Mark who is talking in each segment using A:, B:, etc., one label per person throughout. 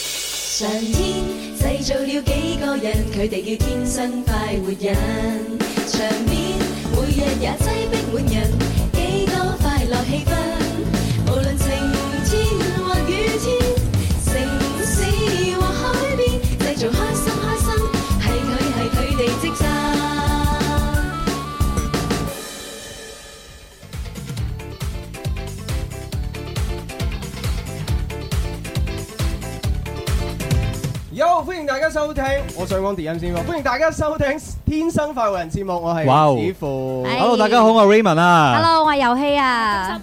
A: 上天製造了幾個人，佢哋叫天生快活人。場面每日也擠逼滿人，幾多快樂氣氛。
B: vâng?
A: 無論晴天或雨天，城市或海邊，製造開心開心，係佢係佢哋職責。
C: Yo，歡迎大家收聽，我想講電音先喎，歡迎大家收聽《天生快活人》節目，我係
D: 哇哦
C: 子富。
E: 係
D: Hello，大家好，我係 Raymond 啊，
E: Hello，我係遊戲啊，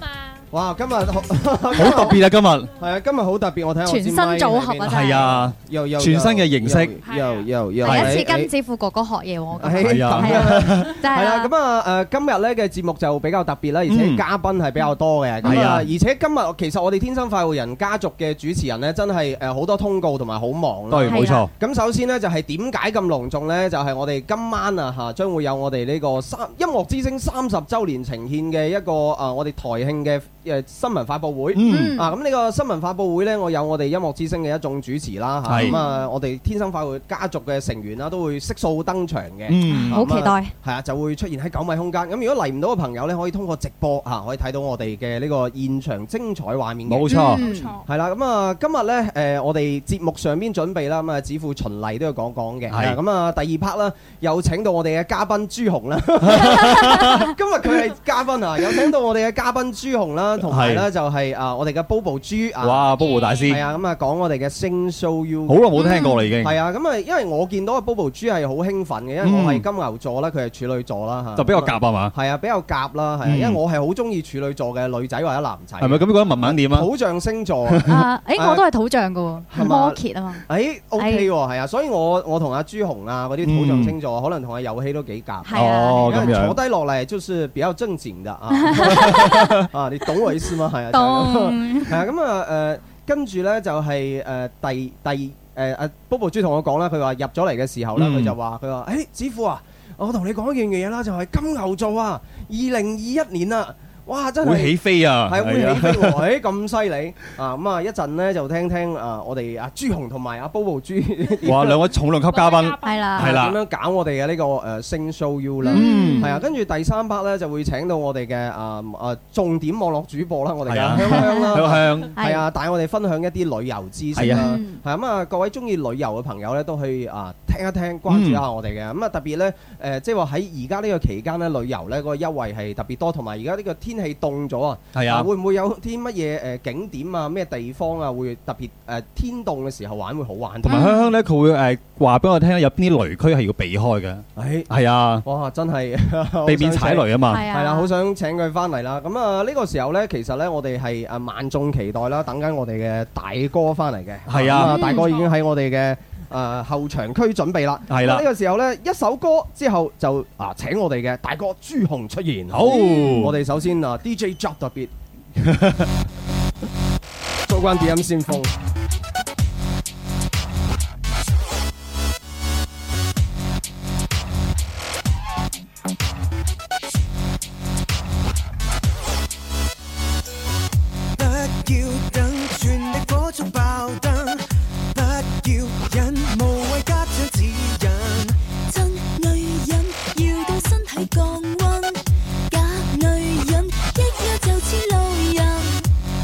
C: 哇，今日
D: 好
C: 好
D: 特別啊
C: 係啊，今日好特別，我睇我
E: 全
C: 支
E: 新
C: 咪
E: 組合啊，
C: 裏
E: 真
D: 今日，
C: 邊
D: 係
E: 係
D: 啊，
C: 又又
D: 全新嘅形式
C: 又又又
E: 第一次跟子富哥哥學嘢喎，我覺得
C: 係
D: 係啊
C: 咁
E: 係
C: 樣。
E: 啊，真係
C: 係啦，
E: 啦，
C: 咁啊誒，今日咧嘅節目就比較特別啦，而且
D: 嗯
C: 嘉賓係比較多嘅。咁
D: 係
C: 啊，
D: 啊
C: 而且今日其實我哋天生快活人家族嘅主持人咧，真係誒好多通告同埋好忙啦
D: 對，。冇錯，
C: 咁首先呢，就係點解咁隆重呢？就係、我哋今晚啊嚇，將會有我哋呢個三音樂之星三十週年呈獻嘅一個啊、我哋台慶嘅誒新聞發佈會。
D: 嗯，
C: 啊，咁呢個新聞發佈會呢，我有我哋音樂之星嘅一眾主持啦嚇，
D: 係
C: 咁啊，我哋天生快活家族嘅成員啦，都會悉數登場嘅。
D: 嗯，
E: 好期待，
C: 係啊，就會出現喺九米空間。咁如果嚟唔到嘅朋友呢，可以通過直播嚇、可以睇到我哋嘅呢個現場精彩畫面嘅。
D: 冇錯，
E: 嗯
C: 係啦，咁啊，今日咧，誒、我哋節目上邊準備啦，咁啊，指父循例都要講講嘅。
D: 係
C: 咁啊，第二 part 啦，有請到我哋嘅嘉賓朱 紅啦。 今日佢係嘉賓啊，有請到我哋嘅嘉賓朱紅啦，同埋咧就係、啊，我哋嘅 Bobo 朱啊，
D: 哇，Bobo 大師
C: 係，啊，咁啊，講我哋嘅星 show you。
D: 好耐冇聽過啦已經，
C: 係啊，咁啊，因為我見到阿 Bobo 豬係好興奮嘅，因為我係金牛座啦，佢係處女座啦嚇，
D: 嗯就比較夾啊嘛，
C: 係啊，比較夾啦，係啊，
D: 嗯
C: 因為我係好中意處女座嘅女仔或者男仔，
D: 係咪咁？覺得文文點啊？
C: 土象星座啊，
E: 啊，誒，我都係土象嘅喎，
C: 係嘛
E: 摩羯啊嘛，
C: 誒哎 OK 喎，係啊，所以我我同阿朱紅啊嗰啲土象星座，可能同阿遊戲都幾夾。
E: 係
D: 嗯哦，
E: 啊，
D: 咁
C: 因為坐
D: 樣，
C: 低落嚟就是比較正經 的啊， 啊，你懂我意思嗎？係啊，就係咁
E: 懂，
C: 係啊，咁啊誒，跟住咧就係誒第第誒阿 Bobo 豬同我講啦，佢話入咗嚟嘅時候咧，
D: 嗯
C: 佢就話佢話誒子富啊，我同你講一樣嘢啦，就係金牛座啊，二零二一年啊，哇真
D: 會
C: 係
D: 起飛啊，
C: 係會
D: 啊
C: 起飛喎，誒咁犀利啊咁啊一陣咧就聽聽啊我哋阿朱紅同埋阿 Bobo 豬
D: 哇，兩位重量級嘉賓，
E: 係啦
D: 係，啦
C: 點樣搞我哋嘅呢個誒星 show you 啦。
D: 嗯
C: 係啊，，跟住第三 part 咧就會請到我哋嘅啊啊重點網絡主播啦，我哋 嘅
D: 係啊
C: 香香啦，
D: 向向，
C: 係啊，帶我哋分享一啲旅遊資訊
D: 係啊
C: 啦
E: 嗯。
C: 係咁啊，各位中意旅遊嘅朋友咧，都去啊聽一聽，關注
D: 嗯
C: 一下我哋嘅。咁啊，特別咧誒，即係話喺而家呢個期間咧，旅遊咧嗰個優惠係特別多，同埋而家呢個天氣凍咗啊，
D: 係
C: 啊
D: 啊，
C: 會唔會有啲乜嘢誒景點啊、咩地方啊，會特別誒天凍嘅時候玩會好玩啲
D: 同？埋香香咧，佢會誒話俾我聽有邊啲雷區係要避開嘅，
C: 誒，
D: 係啊，
C: 哇！真係 好
D: 避免
C: 想
D: 踩
C: 請
D: 雷啊嘛，
E: 係啊，
C: 係啦，好想請佢翻嚟啦。咁啊，呢個時候呢，其實呢，我哋係啊萬眾期待啦，等緊我哋嘅大哥翻嚟嘅。
D: 係
C: 咁
D: 啊，
C: 大哥已經喺我哋嘅誒後場區準備啦。
D: 係啦
C: 呢個時候呢，一首歌之後就啊請我哋嘅大哥朱紅出現。
D: 好，
C: 我
D: 我哋
C: 哋首先啊 DJ job 特 別，做關電音先鋒。
F: 不要等全力火速爆燈，不要忍無謂家長指引，
B: 真女人要對身體降温，假女人一於就似路人。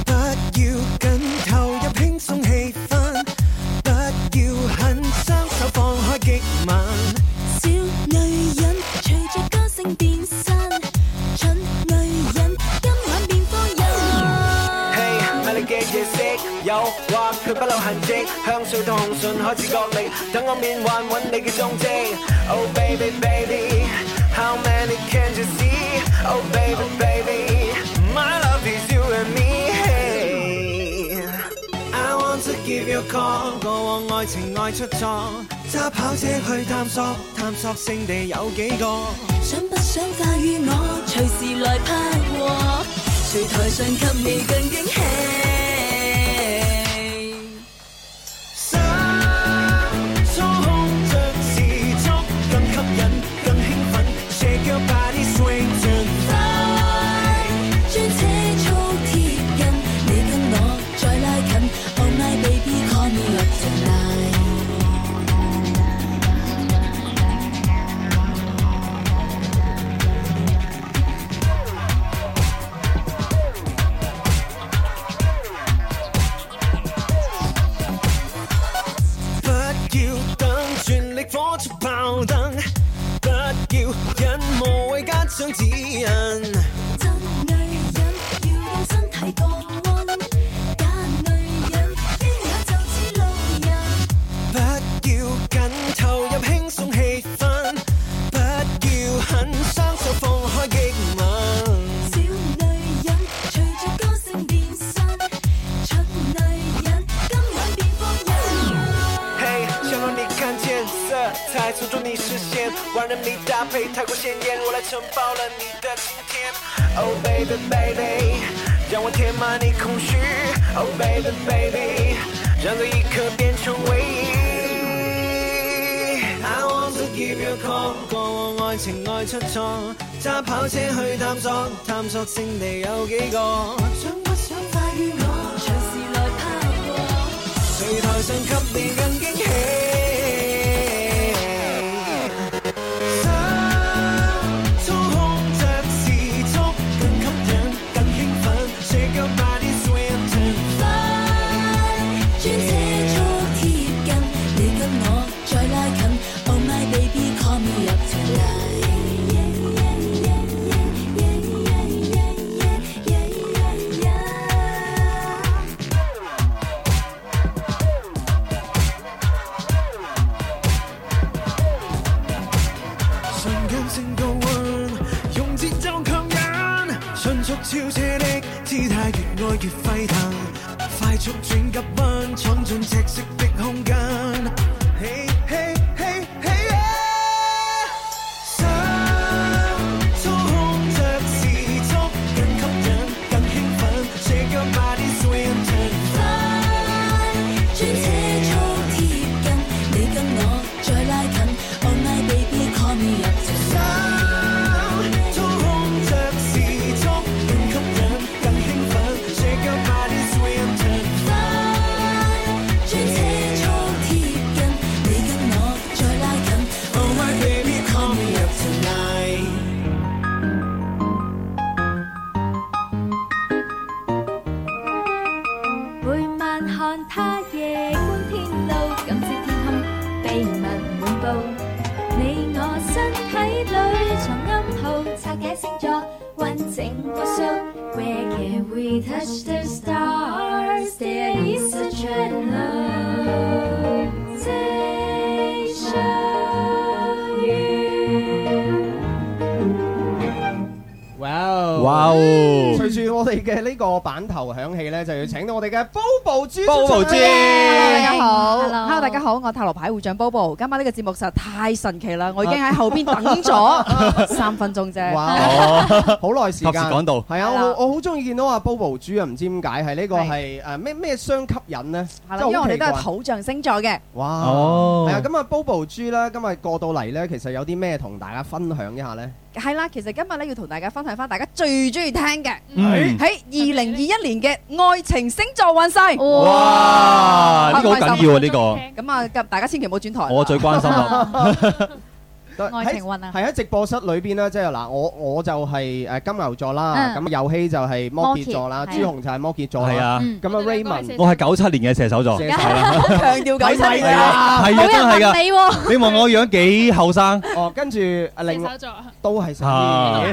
F: 不要緊投入輕鬆氣氛，不要狠雙手放開極吻，
B: 小女人隨着歌聲變身，蠢女人今晚變科人。
F: 嘿，買你嘅嘢食，誘惑佢不留痕跡，香水同紅唇開始角力，等我面幻揾你嘅蹤跡。Oh baby baby，how many can you see？Oh baby baby，my love is you and me。I want to give you a call，過往愛情愛出錯，揸跑車去探索，探索勝地有幾個？
B: 想不想嫁與我？隨時來拍和，誰台上給你更驚喜？
F: 心操控着時速，更吸引，更興奮，Shake your body swing to
B: 快，將車速貼近，你跟我再拉近，Oh my baby，call me up tonight。
F: 想指引。
B: 真女人要有身體降溫，假女人一眼就似路人。
F: 不要緊，投入輕鬆氣氛，不要狠，雙手放開極吻。
B: 小女人隨着歌聲變身，蠢女人今晚變瘋人。
F: 嘿，想让你看见色彩，锁住你视线，万人迷搭配太过鲜艳，我来承包了你的今天。Oh baby baby，让我填满你空虚。Oh baby baby，让这一刻变成唯一。I want to give you a call，过往愛情愛出錯，揸跑車去探索，探索勝地有幾個？想不想快與我？
B: 長時來拍過，
F: 誰台上給你更驚喜？想操控着時速更吸引、更興奮，Shake your body, swim and
B: 快專車速貼近，你跟我再拉近。Oh my baby, call me up tonight.
F: 瞬間升高溫，用節奏強忍，迅速超車的姿態越愛越沸騰，快速轉急彎，闖進赤色的空間。Hey, hey, hey, hey, yeah 想操控着時速，更吸引，更興奮，Shake your body, swim turn。
B: 快，專車速貼近，你跟我再拉近。Oh my baby, call me up tonight.
F: 操控着時速，更吸引，更興奮，Shake your body, swim turn。
B: 快，專車速貼近，你跟我再拉近。Oh my baby, call me up tonight.
A: 每晚看他夜觀天路，感知天空秘密滿布。你我身體裏藏暗號，拆解星座，運程無數。Where can we touch the stars? There is a translation.
C: 哇！
D: 哇哦
C: 隨住我哋嘅呢個版頭響起咧，就要請到我哋嘅 Bobo 豬
D: Bobo
C: 出場啦
E: Hello，
G: 大家好，Hello，
E: 大家好
G: 大家好，我塔羅牌會長 Bobo，今晚呢個節目實在太神奇啦，我已經喺後邊等咗三分鐘啫。
C: 哇！ 好耐時間，
D: 哦及時趕到
C: 係啊，
G: 係啦
C: 我我好中意見到阿 Bobo 豬啊，唔知點解係呢個
G: 係
C: 係誒咩咩相吸引咧，
G: 係啦，因為
C: 真係好
G: 我哋
C: 奇
G: 都
C: 怪
G: 係。土象星座嘅，
C: 哇！
D: 哦
C: 係啊，咁啊 Bobo 豬啦，今日過到嚟咧，其實有啲咩同大家分享一下咧？
G: 係啦，其實今日咧要同大家分享翻大家最中意聽嘅
D: 嗯
G: 喺二零二一年嘅愛情星座運勢。
D: 哇！呢個好緊要啊，呢個
G: 咁啊，咁大家千祈唔好轉台。
D: 我最關心啦。
E: 愛情運啊
C: 係喺直播室裏邊咧，即係嗱，我我就係誒金牛座啦，
E: 嗯
C: 咁遊戲就係摩羯座
E: 摩
C: 啦，朱
E: 羯
C: 紅就係摩羯座
D: 係
C: 啦，
D: 啊，
E: 嗯
C: 咁啊 Raymond
D: 我係九七年嘅射手座，
C: 射
D: 係
C: 手
D: 啦，
G: 強調九七
C: 係
G: 年啊，
C: 啊，
D: 係
E: 冇
D: 啊，
E: 人
D: 真係㗎。
E: 問你喎，
D: 你望我樣幾後生，
C: 哦，跟住啊另外
H: 射手座，
C: 都係
D: 啊
C: 十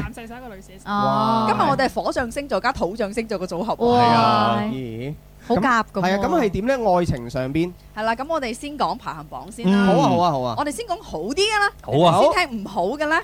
H: 男射手一個女射手，
E: 哦
G: 今日我哋係火象星座加土象星座嘅組合喎。
E: 哇
D: 係啊
C: 咦，
E: 好夾咁喎，
C: 係啊，咁係點咧？愛情上邊，
G: 係啦，咁我哋先講排行榜先
D: 嗯
G: 啦
C: 好。啊好啊好啊，
G: 我哋先講好啲嘅啦，
D: 好啊
G: 先聽唔好嘅 啦。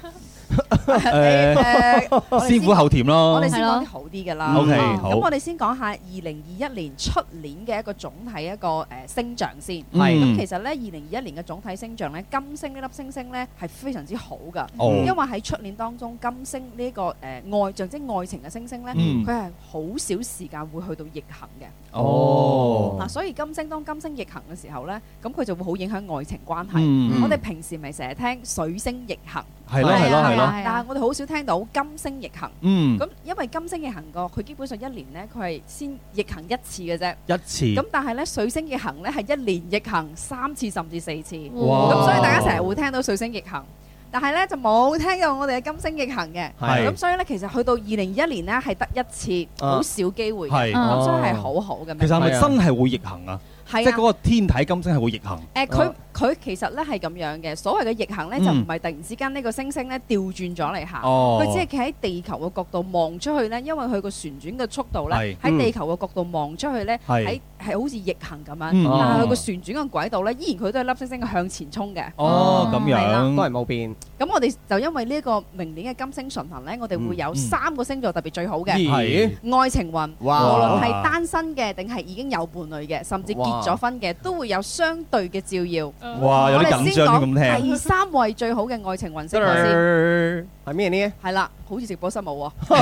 D: 誒，
G: 誒
D: 先苦後甜
G: ờ, 我
D: 咯
G: 哋。先講啲好啲嘅啦。
D: O K，
E: 嗯
D: 好
G: 咁。我哋先講下二零二一年出年嘅一個總體一個誒星象先。
D: 嗯
C: 係
G: 咁其實咧，二零二一年嘅總體星象咧，金星呢粒星星咧係非常之好噶，
D: 哦
G: 因為喺出年當中，金星呢個誒愛象徵愛情嘅星星咧，
D: 嗯
G: 佢係好少時間會去到逆行嘅。嗱，
D: 哦，
G: 所以金星當金星逆行嘅時候咧，咁佢就會好影響愛情關係。
D: 嗯，
G: 我哋平時咪成日聽水星逆行，
D: 係咯係
E: 係
D: 咯
E: 啊
D: 係
E: 係
D: 咯，
E: 啊
G: 但係我哋好少聽到金星逆行。
D: 嗯，
G: 咁因為金星逆行過，佢基本上一年咧，佢係先逆行一次嘅啫。
D: 一次，
G: 咁但係咧，水星逆行咧係一年逆行三次甚至四次。咁
D: 哇
G: 所以大家成日會聽到水星逆行，但係咧就冇聽到我哋嘅金星逆行嘅。
D: 係
G: 咁所以咧，其實去到二零二一年咧係得一次，
C: 啊
G: 好少機會嘅。
D: 係哦
E: 啊
G: 咁所以係好好嘅。
D: 其實係咪
C: 係啊
D: 真係會逆行啊？即
G: 係
D: 係
G: 啊
D: 嗰個天體金星係會逆行。
G: 誒佢
C: 啊
G: 佢其實咧係咁樣嘅，所謂嘅逆行咧就唔係突然之間呢個星星咧調轉咗嚟行，
D: 嗯哦
G: 佢只係企喺地球嘅角度望出去咧，因為佢個旋轉嘅速度咧
D: 係嗯
G: 喺地球嘅角度望出去咧
D: 係
G: 喺係好似逆行咁樣，但
D: 嗯
G: 係佢
C: 哦
G: 個旋轉嘅軌道咧依然佢都係粒星星向前衝嘅。
D: 哦，咁
E: 係啦
C: 都係
D: 樣，
C: 冇變。
G: 咁我哋就因為呢一個明年嘅金星巡行咧，我哋會有
D: 嗯
G: 三個星座特別最好嘅。
C: 咦
D: 係
G: 愛情運，無
C: 哇
G: 論係單身嘅定係已經有伴侶嘅，甚至結咗婚嘅，都會有相對嘅照耀。
D: 哇，有
G: 我
D: 啲
G: 哋
D: 緊
G: 先
D: 張咁
G: 講
D: 聽。
G: 第三位最好嘅愛情運星座先，
C: 係咩呢？
G: 係啦，好似直播室冇喎。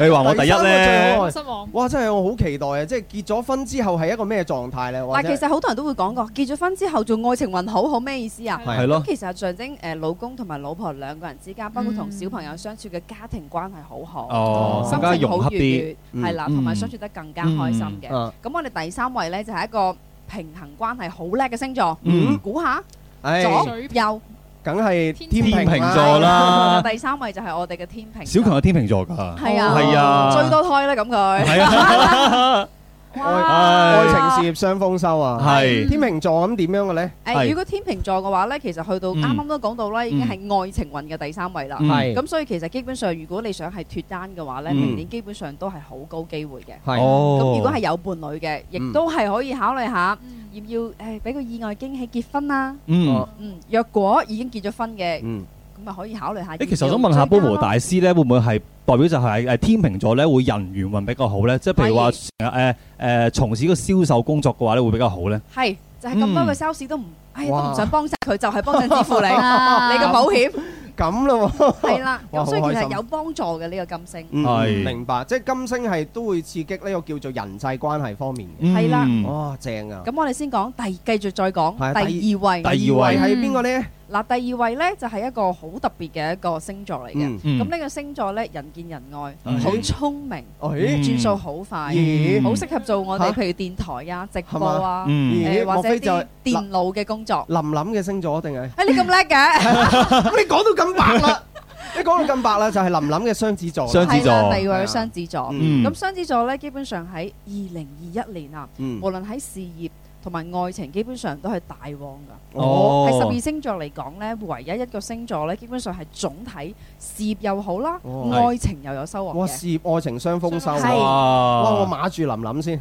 D: 你話我第一
C: 第三個最好
D: 咧，
C: 啊
H: 失望。
C: 哇！真係我好期待啊！即係結咗婚之後係一個咩狀態咧？或
G: 但
C: 者
G: 其實好多人都會講過，結咗婚之後做愛情運好好咩意思啊？
D: 係咯，
G: 其實象徵誒老公同埋老婆兩個人之間，包括同小朋友相處嘅家庭關係好好，
D: 哦，
G: 心
D: 更加
G: 情
D: 融
G: 好
D: 洽
G: 愉
D: 啲，
G: 悅，係啦，
D: 嗯
G: 同埋相處得更加開心嘅。
C: 啊
G: 咁我哋第三位咧就係一個平衡關係好叻嘅星座，
D: 嗯
G: 估下
C: 唉，
G: 左
H: 水瓶
G: 右
C: 梗係
H: 天
C: 秤
D: 秤座啦
G: 第三位就係我哋嘅天平。
D: 小強係天秤座㗎，
G: 係啊，
D: 係啊
G: 最多胎啦咁佢。
D: 係 啊，
G: 哇
C: 愛情事業雙豐收啊！
D: 係
C: 天秤座咁點樣嘅咧？
G: 誒，
D: 係
G: 如果天秤座嘅話咧，其實去到
D: 嗯
G: 啱啱都講到啦，已經係愛情運嘅第三位啦。
D: 嗯
C: 係
G: 咁所以其實基本上，如果你想係脱單嘅話咧，
D: 嗯
G: 明年基本上都係好高機會嘅。
C: 係
D: 哦，
G: 咁如果係有伴侶嘅，亦都係可以考慮下
H: 嗯
G: 要唔要誒俾個意外驚喜結婚啦。
D: 嗯。
G: 嗯，若果已經結咗婚嘅，
C: 嗯，
G: 咁咪可以考慮下。
D: 誒，其實我想問下 Bobo 大師咧，會唔會係代表就係誒天秤座咧會人緣運比較好咧？即係譬如話誒誒從事個銷售工作嘅話咧，會比較好咧？
G: 係就係咁多
D: 嗯
G: 嘅 sales 都唔，唉都
C: 哇
G: 唔想幫晒佢，就係幫襯支付你
E: 啊
G: 你嘅保險
C: 咁咯喎。
G: 係啦。
C: 哇
G: 咁所以其
C: 好開
G: 實
C: 心
G: 有幫助嘅呢個金星。
C: 嗯
D: 係
C: 明白，即係金星係都會刺激呢個叫做人際關係方面嘅。
G: 係啦
D: 嗯
C: 哇，正啊！
G: 咁我哋先講第，繼續再講
C: 係啊
G: 第二位。
D: 第
C: 第二位係邊個咧？
G: 嗱，第二位呢就係一個好特別嘅一個星座嚟嘅。
C: 嗯，
D: 嗯
G: 咁呢個星座呢，人見人愛，
D: 嗯
G: 好聰明，
C: 誒
D: 嗯，
G: 轉數好快，
C: 咦
G: 好適合做我哋
C: 嚇
G: 譬如電台啊、直播啊，
D: 嗯
G: 誒
C: 咦
G: 或
C: 莫
G: 者
C: 非就
G: 啲
C: 係
G: 電腦嘅工作。
C: 林林嘅星座 定係？
G: 誒，你咁叻嘅！
C: 咁你講到咁白啦， 你講到咁白啦，就係林林嘅 雙子座啦。
D: 雙子座
G: 係啦第二位雙子座。
C: 嗯
G: 咁雙子座咧，基本上喺二零二一年啊，
C: 嗯
G: 無論喺事業同埋愛情，基本上都係大旺噶。
C: 哦
G: 喺十二星座嚟講咧，唯一一個星座咧，基本上係總體事業又好啦，
C: 哦
G: 愛情又有收
C: 哇！
G: 穫嘅。
C: 事業愛情雙豐收
G: 係
C: 啊！哇！我
D: 哇！
C: 馬住 林林先，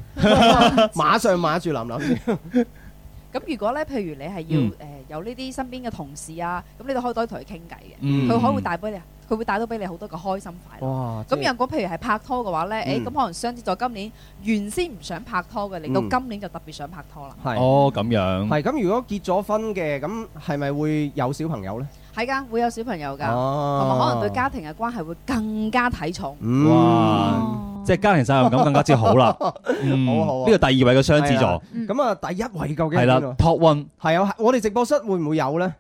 C: 馬上馬住 林林先。
G: 咁如果咧，譬如你係要誒
D: 嗯
G: 有呢啲身邊嘅同事啊，咁你都可以多啲同佢傾偈嘅，
D: 嗯
G: 佢可以會帶俾你，佢會帶到俾你好多嘅開心快樂。
C: 哇！
G: 咁
C: 即係
G: 若果譬如係拍拖嘅話咧，誒
C: 哦
G: 咁
C: 嗯
G: 可能雙子座今年原先唔想拍拖嘅，嚟
C: 嗯
G: 到今年就特別想拍拖啦。
C: 係
D: 哦，咁樣
C: 係咁，如果結咗婚嘅，咁係咪會有小朋友咧？
G: 係㗎，會有小朋友㗎，同埋
C: 哦
G: 可能對家庭嘅關係會更加睇重。
C: 嗯
D: 哇！即係家庭責任感更加之好啦。嗯
C: 好啊好啊
D: 呢個第二位嘅雙子座
C: 咁啊，第一位究竟
D: 係
C: 係
D: 啦
C: 邊個？
D: ，Top One
C: 係啊，我哋直播室會唔會有咧？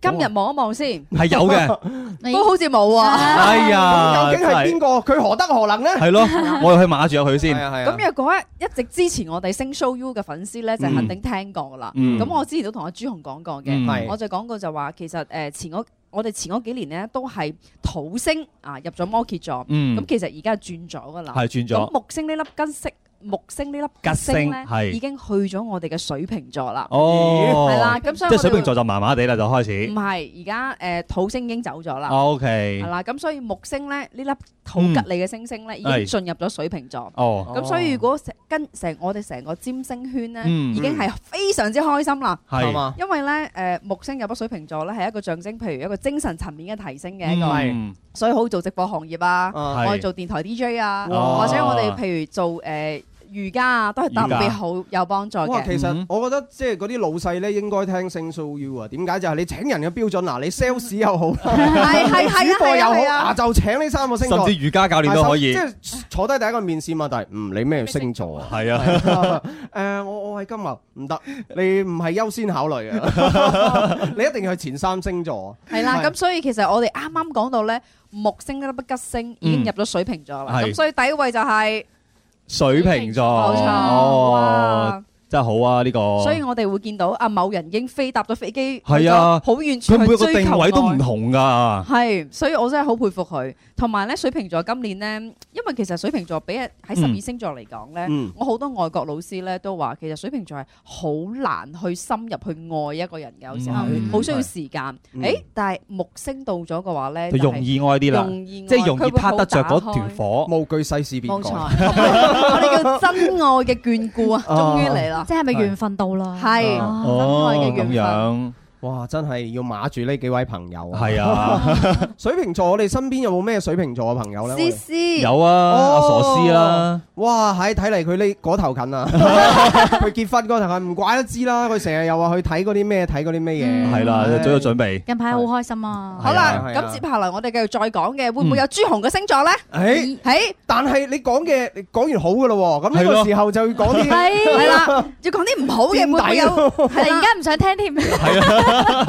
G: 今日望一望先，
D: 係有嘅。
G: 都好似冇 喎。
D: 哎呀，
C: 究竟係邊個？佢何德何能咧？
D: 係咯，我要去馬住佢
C: 係
D: 先。
C: 啊係啊
G: 咁若果一直支持我哋星 show u 嘅粉絲咧，就
D: 嗯
G: 肯定聽過㗎啦。
D: 嗯
G: 咁我之前都同阿朱紅講過
D: 嗯
G: 嘅，
C: 係
G: 我就講過就話其實誒前嗰我哋前嗰幾年呢，都係土星啊入咗摩羯座，
D: 嗯
G: 咁其實而家轉咗㗎啦。
D: 係
G: 咁
D: 轉咗
G: 木星呢粒金星，木星呢粒吉
D: 吉
G: 星
D: 星係
G: 咧，已經去咗我哋嘅水瓶座啦。
D: 哦，
G: 係啦，咁所以
D: 即
G: 我
D: 係
G: 哋
D: 水瓶座
G: 會
D: 就麻麻地啦，就開
G: 唔
D: 始。
G: 係而家誒土星已經走咗啦，
D: O
G: 係
D: K，
G: 啦，咁所以木星咧呢粒土吉利嘅星星咧已經
D: 係
G: 進入咗水瓶座。
D: 哦，
G: 咁所以如果成跟成我哋成個占星圈咧，
D: 嗯
G: 已經係非常之開心啦。
C: 係
D: 係
C: 嘛？
G: 因為咧，誒木星入咗水瓶座咧，係一個象徵，譬如一個精神層面嘅提升嘅一個，
D: 嗯
G: 所以好做直播行業啊，
C: 啊
D: 係
G: 我哋做電台 DJ 啊，
D: 哇
G: 或者我哋譬如做誒瑜伽啊，都係特
D: 瑜
G: 別
D: 伽
G: 好有幫助
C: 哇，
G: 嘅。
C: 其實
D: 嗯
C: 我覺得即係嗰啲老細咧應該聽星 show u 啊，點解就係你請人嘅標準嗱，你 sales 又好，
G: 係 係係
C: 主
G: 啊
C: 播
G: 係
C: 又
G: 啊
C: 好，
G: 係啊
C: 啊！就請呢三個星
D: 甚
C: 座
D: 至。瑜伽教練都可以
C: 即，係坐低第一個面試問題，嗯，你咩 星座啊？
D: 係啊，
C: 誒、我我係金牛，唔得，你唔係優先考 慮嘅， 你一定要係前三星座。
G: 係啦，
C: 係
G: 咁所以其實我哋啱啱講到咧，木星呢粒吉星已經入咗水瓶座啦，咁
D: 嗯係哦
G: 所以第一位就係
D: 水瓶座，
G: 冇錯，
D: 哦
G: 哇，
D: 真係好啊！呢個
G: 所以我哋會見到啊，某人已經飛搭咗飛機，
D: 係啊
G: 去咗好遠
D: 佢每
G: 去
D: 個
G: 追求
D: 定位都
G: 愛
D: 唔同啊㗎。
G: 係，所以我真係好佩服佢。同埋咧，水瓶座今年咧，因為其實水瓶座比喺十二
D: 嗯
G: 星座嚟講咧，
C: 嗯
G: 我好多外國老師咧都話，其實水瓶座係好難去深入去愛一個人嘅，有時候
D: 嗯
G: 好需要時間。
C: 嗯
G: 誒，但係木星到咗嘅話咧，
D: 就容易愛啲啦，
G: 容易愛
D: 即係容易拍得着嗰團。火。
C: 無懼世事
G: 佢
C: 變
G: 會好打開冇錯，
C: 改。
G: 我哋叫真愛嘅眷顧啊，
C: 啊
G: 終於嚟啦！
E: 即係咪緣分到啦？
G: 係
E: 啊
D: 哦，
G: 真愛嘅緣
D: 咁
G: 分
D: 樣
C: 哇！真係要碼住呢幾位朋友啊！
D: 係啊，
C: 水瓶座，我哋身邊有冇咩水瓶座嘅朋友呢？
G: 思思
D: 有啊，阿傻師啦，
C: 哇！喺睇嚟佢呢嗰頭 近啊，佢結婚嗰頭近，唔怪得知啦。佢成日又話去睇嗰啲咩，睇嗰啲咩嘢，
E: 嗯
D: 係啦，
C: 唉
D: 早有準備。
E: 近排好開心啊！
G: 好啦，
C: 係啊
G: 咁接下來我哋繼續再講嘅，會唔會有朱紅嘅星座咧？
C: 誒，
G: 喺
C: 但係你講嘅你講完好嘅咯喎，咁呢
D: 係
C: 個
D: 咯
C: 時候就要講啲啊
E: 係
G: 係 啦，要講啲唔好嘅，會
C: 墊
G: 唔會
C: 底
G: 有？
C: 咯。
D: 嗯
E: 突然間唔想聽添，係啊，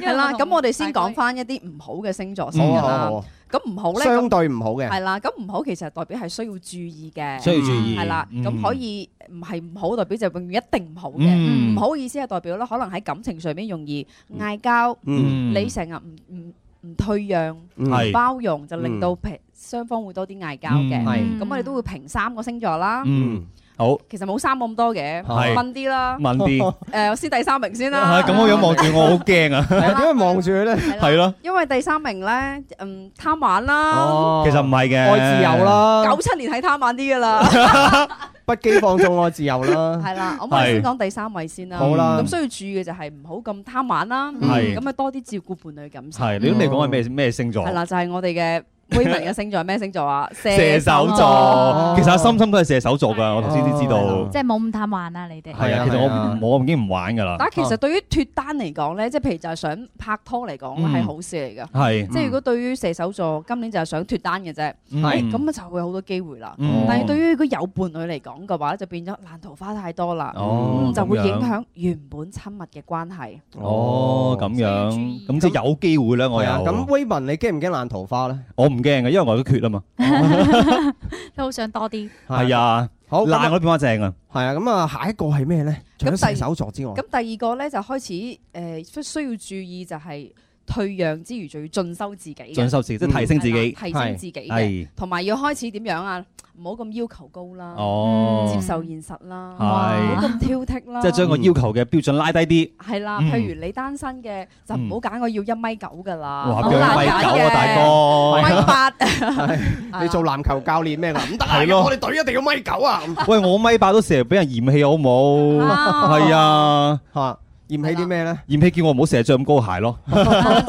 G: 係啦，咁我哋先講翻一啲唔好嘅星座先
C: 好啊
G: 㗎
C: 好啊
G: 啦
C: 好。啊，
G: 咁唔嗯好咧，
C: 相
G: 咁
C: 對唔好嘅，
G: 係啦，咁唔好其實代表係需要注意嘅，
D: 需要注意
G: 係啦。
D: 嗯
G: 咁可以唔係唔好，代表就永遠一定唔好嘅。
D: 嗯
G: 唔好意思係代表咧，可能喺感情上面容易嗌交，
C: 嗯，
G: 你成日唔唔唔退讓、
C: 嗯
D: 係
G: 唔包容，就令到平雙方會多啲嗌交嘅
D: 嗯。
C: 係
G: 咁我哋都會評三個星座啦。
D: 嗯好
G: 其實冇三個咁多嘅，
D: 係
G: 問啲啦。
D: 問啲，
G: 誒，我先第三名先 啦。
D: 啊咁我樣望住我好驚啊，
C: 係啊點解望住佢咧？
D: 係咯，
G: 因為第三名咧，嗯，貪玩啦，
C: 哦
D: 其實唔係嘅，
C: 愛自由，啦，
G: 九七年係貪玩啲噶 啦，
C: 不羈放縱愛自由啦，
G: 係啦，咁我哋先講第三位先啦。
C: 好啦
G: 咁需要注意嘅就係唔好咁貪玩啦，
D: 嗯係
G: 咁啊多啲照顧伴侶感受。
D: 係你都未講係咩咩星座
G: 係，啦，就係我哋嘅 Raymond 嘅星座係咩星座 啊？
D: 射手
C: 哦
D: 座，其實阿心心都係射手座㗎，我頭先都知
C: 哦
D: 道。
E: 即係冇咁貪玩啊！你哋
D: 係啊，其實
C: 係啊
D: 我我已經唔玩㗎啦。
G: 但係其實對於脱單嚟講咧，即係譬如就係想拍拖嚟講
D: 嗯
G: 係好事嚟㗎。
D: 係，
G: 即係如果對於射手座今年就係想脱單嘅啫，
D: 嗯
C: 係
G: 咁啊就會好多機會啦。
D: 嗯
G: 但係對於如果有伴侶嚟講嘅話，就變咗爛桃花太多啦，
D: 哦
G: 嗯就會
D: 咁樣
G: 影響原本親密嘅關係。
D: 哦，咁
E: 所
D: 樣，
E: 以要注
D: 咁即係有機會咧，我
C: 係
D: 又
C: 啊。咁威文，你驚唔驚爛桃花咧？
D: 我唔驚嘅，因為我都缺啊嘛。
E: 都好想多啲。
D: 係啊，
C: 好咁啊
D: 爛我都變翻正啊。
C: 係啊，咁啊，下一個係咩咧？除咗
G: 咁第
C: 射手座之外，
G: 咁第二個咧就開始誒、呃需要注意就係退讓之餘，仲要進修自己嘅，嗯
D: 進修自己，即係提升自己。
G: 係啦提升自己嘅，
D: 係，
G: 同埋要開始點樣啊？唔好咁要求高啦，接
D: 哦，
G: 受現實啦，唔
D: 係
G: 好咁挑剔啦。
D: 即係將個要求嘅標準拉低啲。
G: 係啦，
D: 嗯
G: 譬如你單身嘅就唔好揀我要一米九噶啦，
D: 哇，
G: 好
D: 俾人
G: 難
D: 米
G: 揀
D: 九啊，
G: 嘅
D: 大哥。
G: 米八， 啊
C: 你做籃球教練咩㗎？唔得啊！
D: 係咯
C: 我哋隊一定要 米九啊！
D: 喂，我米八都成日俾人嫌棄，好冇？
G: 啊
D: 係啊，
C: 嚇，嫌棄啲咩咧？
D: 嫌棄叫我唔好成日着咁高鞋咯。
E: 即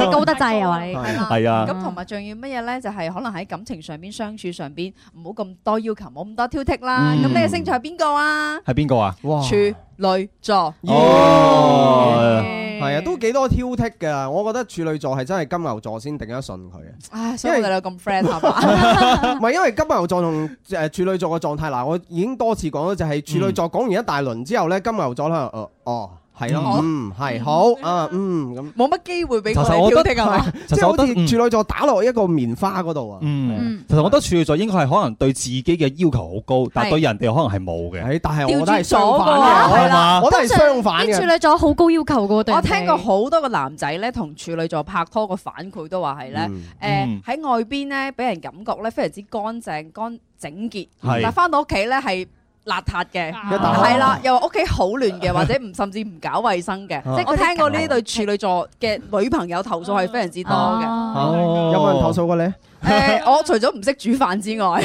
E: 係高得滯 啊！你
C: 係
D: 係啊，
G: 咁同埋仲要乜嘢咧？就係可能喺感情上邊、相處上邊，唔好咁多要求，冇咁多挑剔啦。
D: 嗯
G: 咁你嘅星座係邊個啊？
D: 係邊個啊？
C: 哇！
G: 處女座。
D: 哦，
C: 係啊，都幾多挑剔㗎。我覺得處女座係真係金牛座先頂得順佢啊。
G: 唉， 所以我哋兩個咁 friend 係嘛？
C: 唔係因為金牛座同誒處女座嘅狀態，嗱，我已經多次講咗，就係處女座講完一大輪之後咧，金牛座咧，誒哦，係咯，嗯，係好啊，嗯咁，
G: 冇乜機會俾我
D: 其實我
G: 哋挑
D: 覺
G: 剔係嘛？
D: 其
C: 即
D: 實
C: 係
D: 我覺
C: 好
D: 得
C: 似
D: 嗯
C: 處女座打落一個棉花嗰度啊，
D: 嗯
E: 嗯，
D: 其實我覺得處女座應該係可能對自己嘅要求好高，但係對人哋可能係冇嘅。
C: 係，但係我覺
G: 調
C: 得係
G: 轉咗
C: 相反
G: 㗎
C: 嘅，
G: 喎
D: 係嘛？
C: 我覺得係相反
E: 啲處
C: 嘅，
E: 女座好高要求噶喎，對
G: 我
E: 人哋
G: 聽過好多個男仔咧，同處女座拍拖個反饋都話係咧，誒
D: 嗯
G: 喺外邊咧俾人感覺咧非常之乾淨、乾整潔，
D: 係
G: 但翻到屋企咧係邋遢嘅，
C: 一打
D: 哦
G: 係啦，又話屋企好亂 嘅，或者唔甚至唔搞衞生嘅，
D: 哦
C: 啊
G: 即係我聽過呢對處女座嘅女朋友投訴係非常之多嘅。
E: 哦
D: 哦
C: 嗯有冇人投訴過你？
G: 誒，我除咗唔識煮飯之外，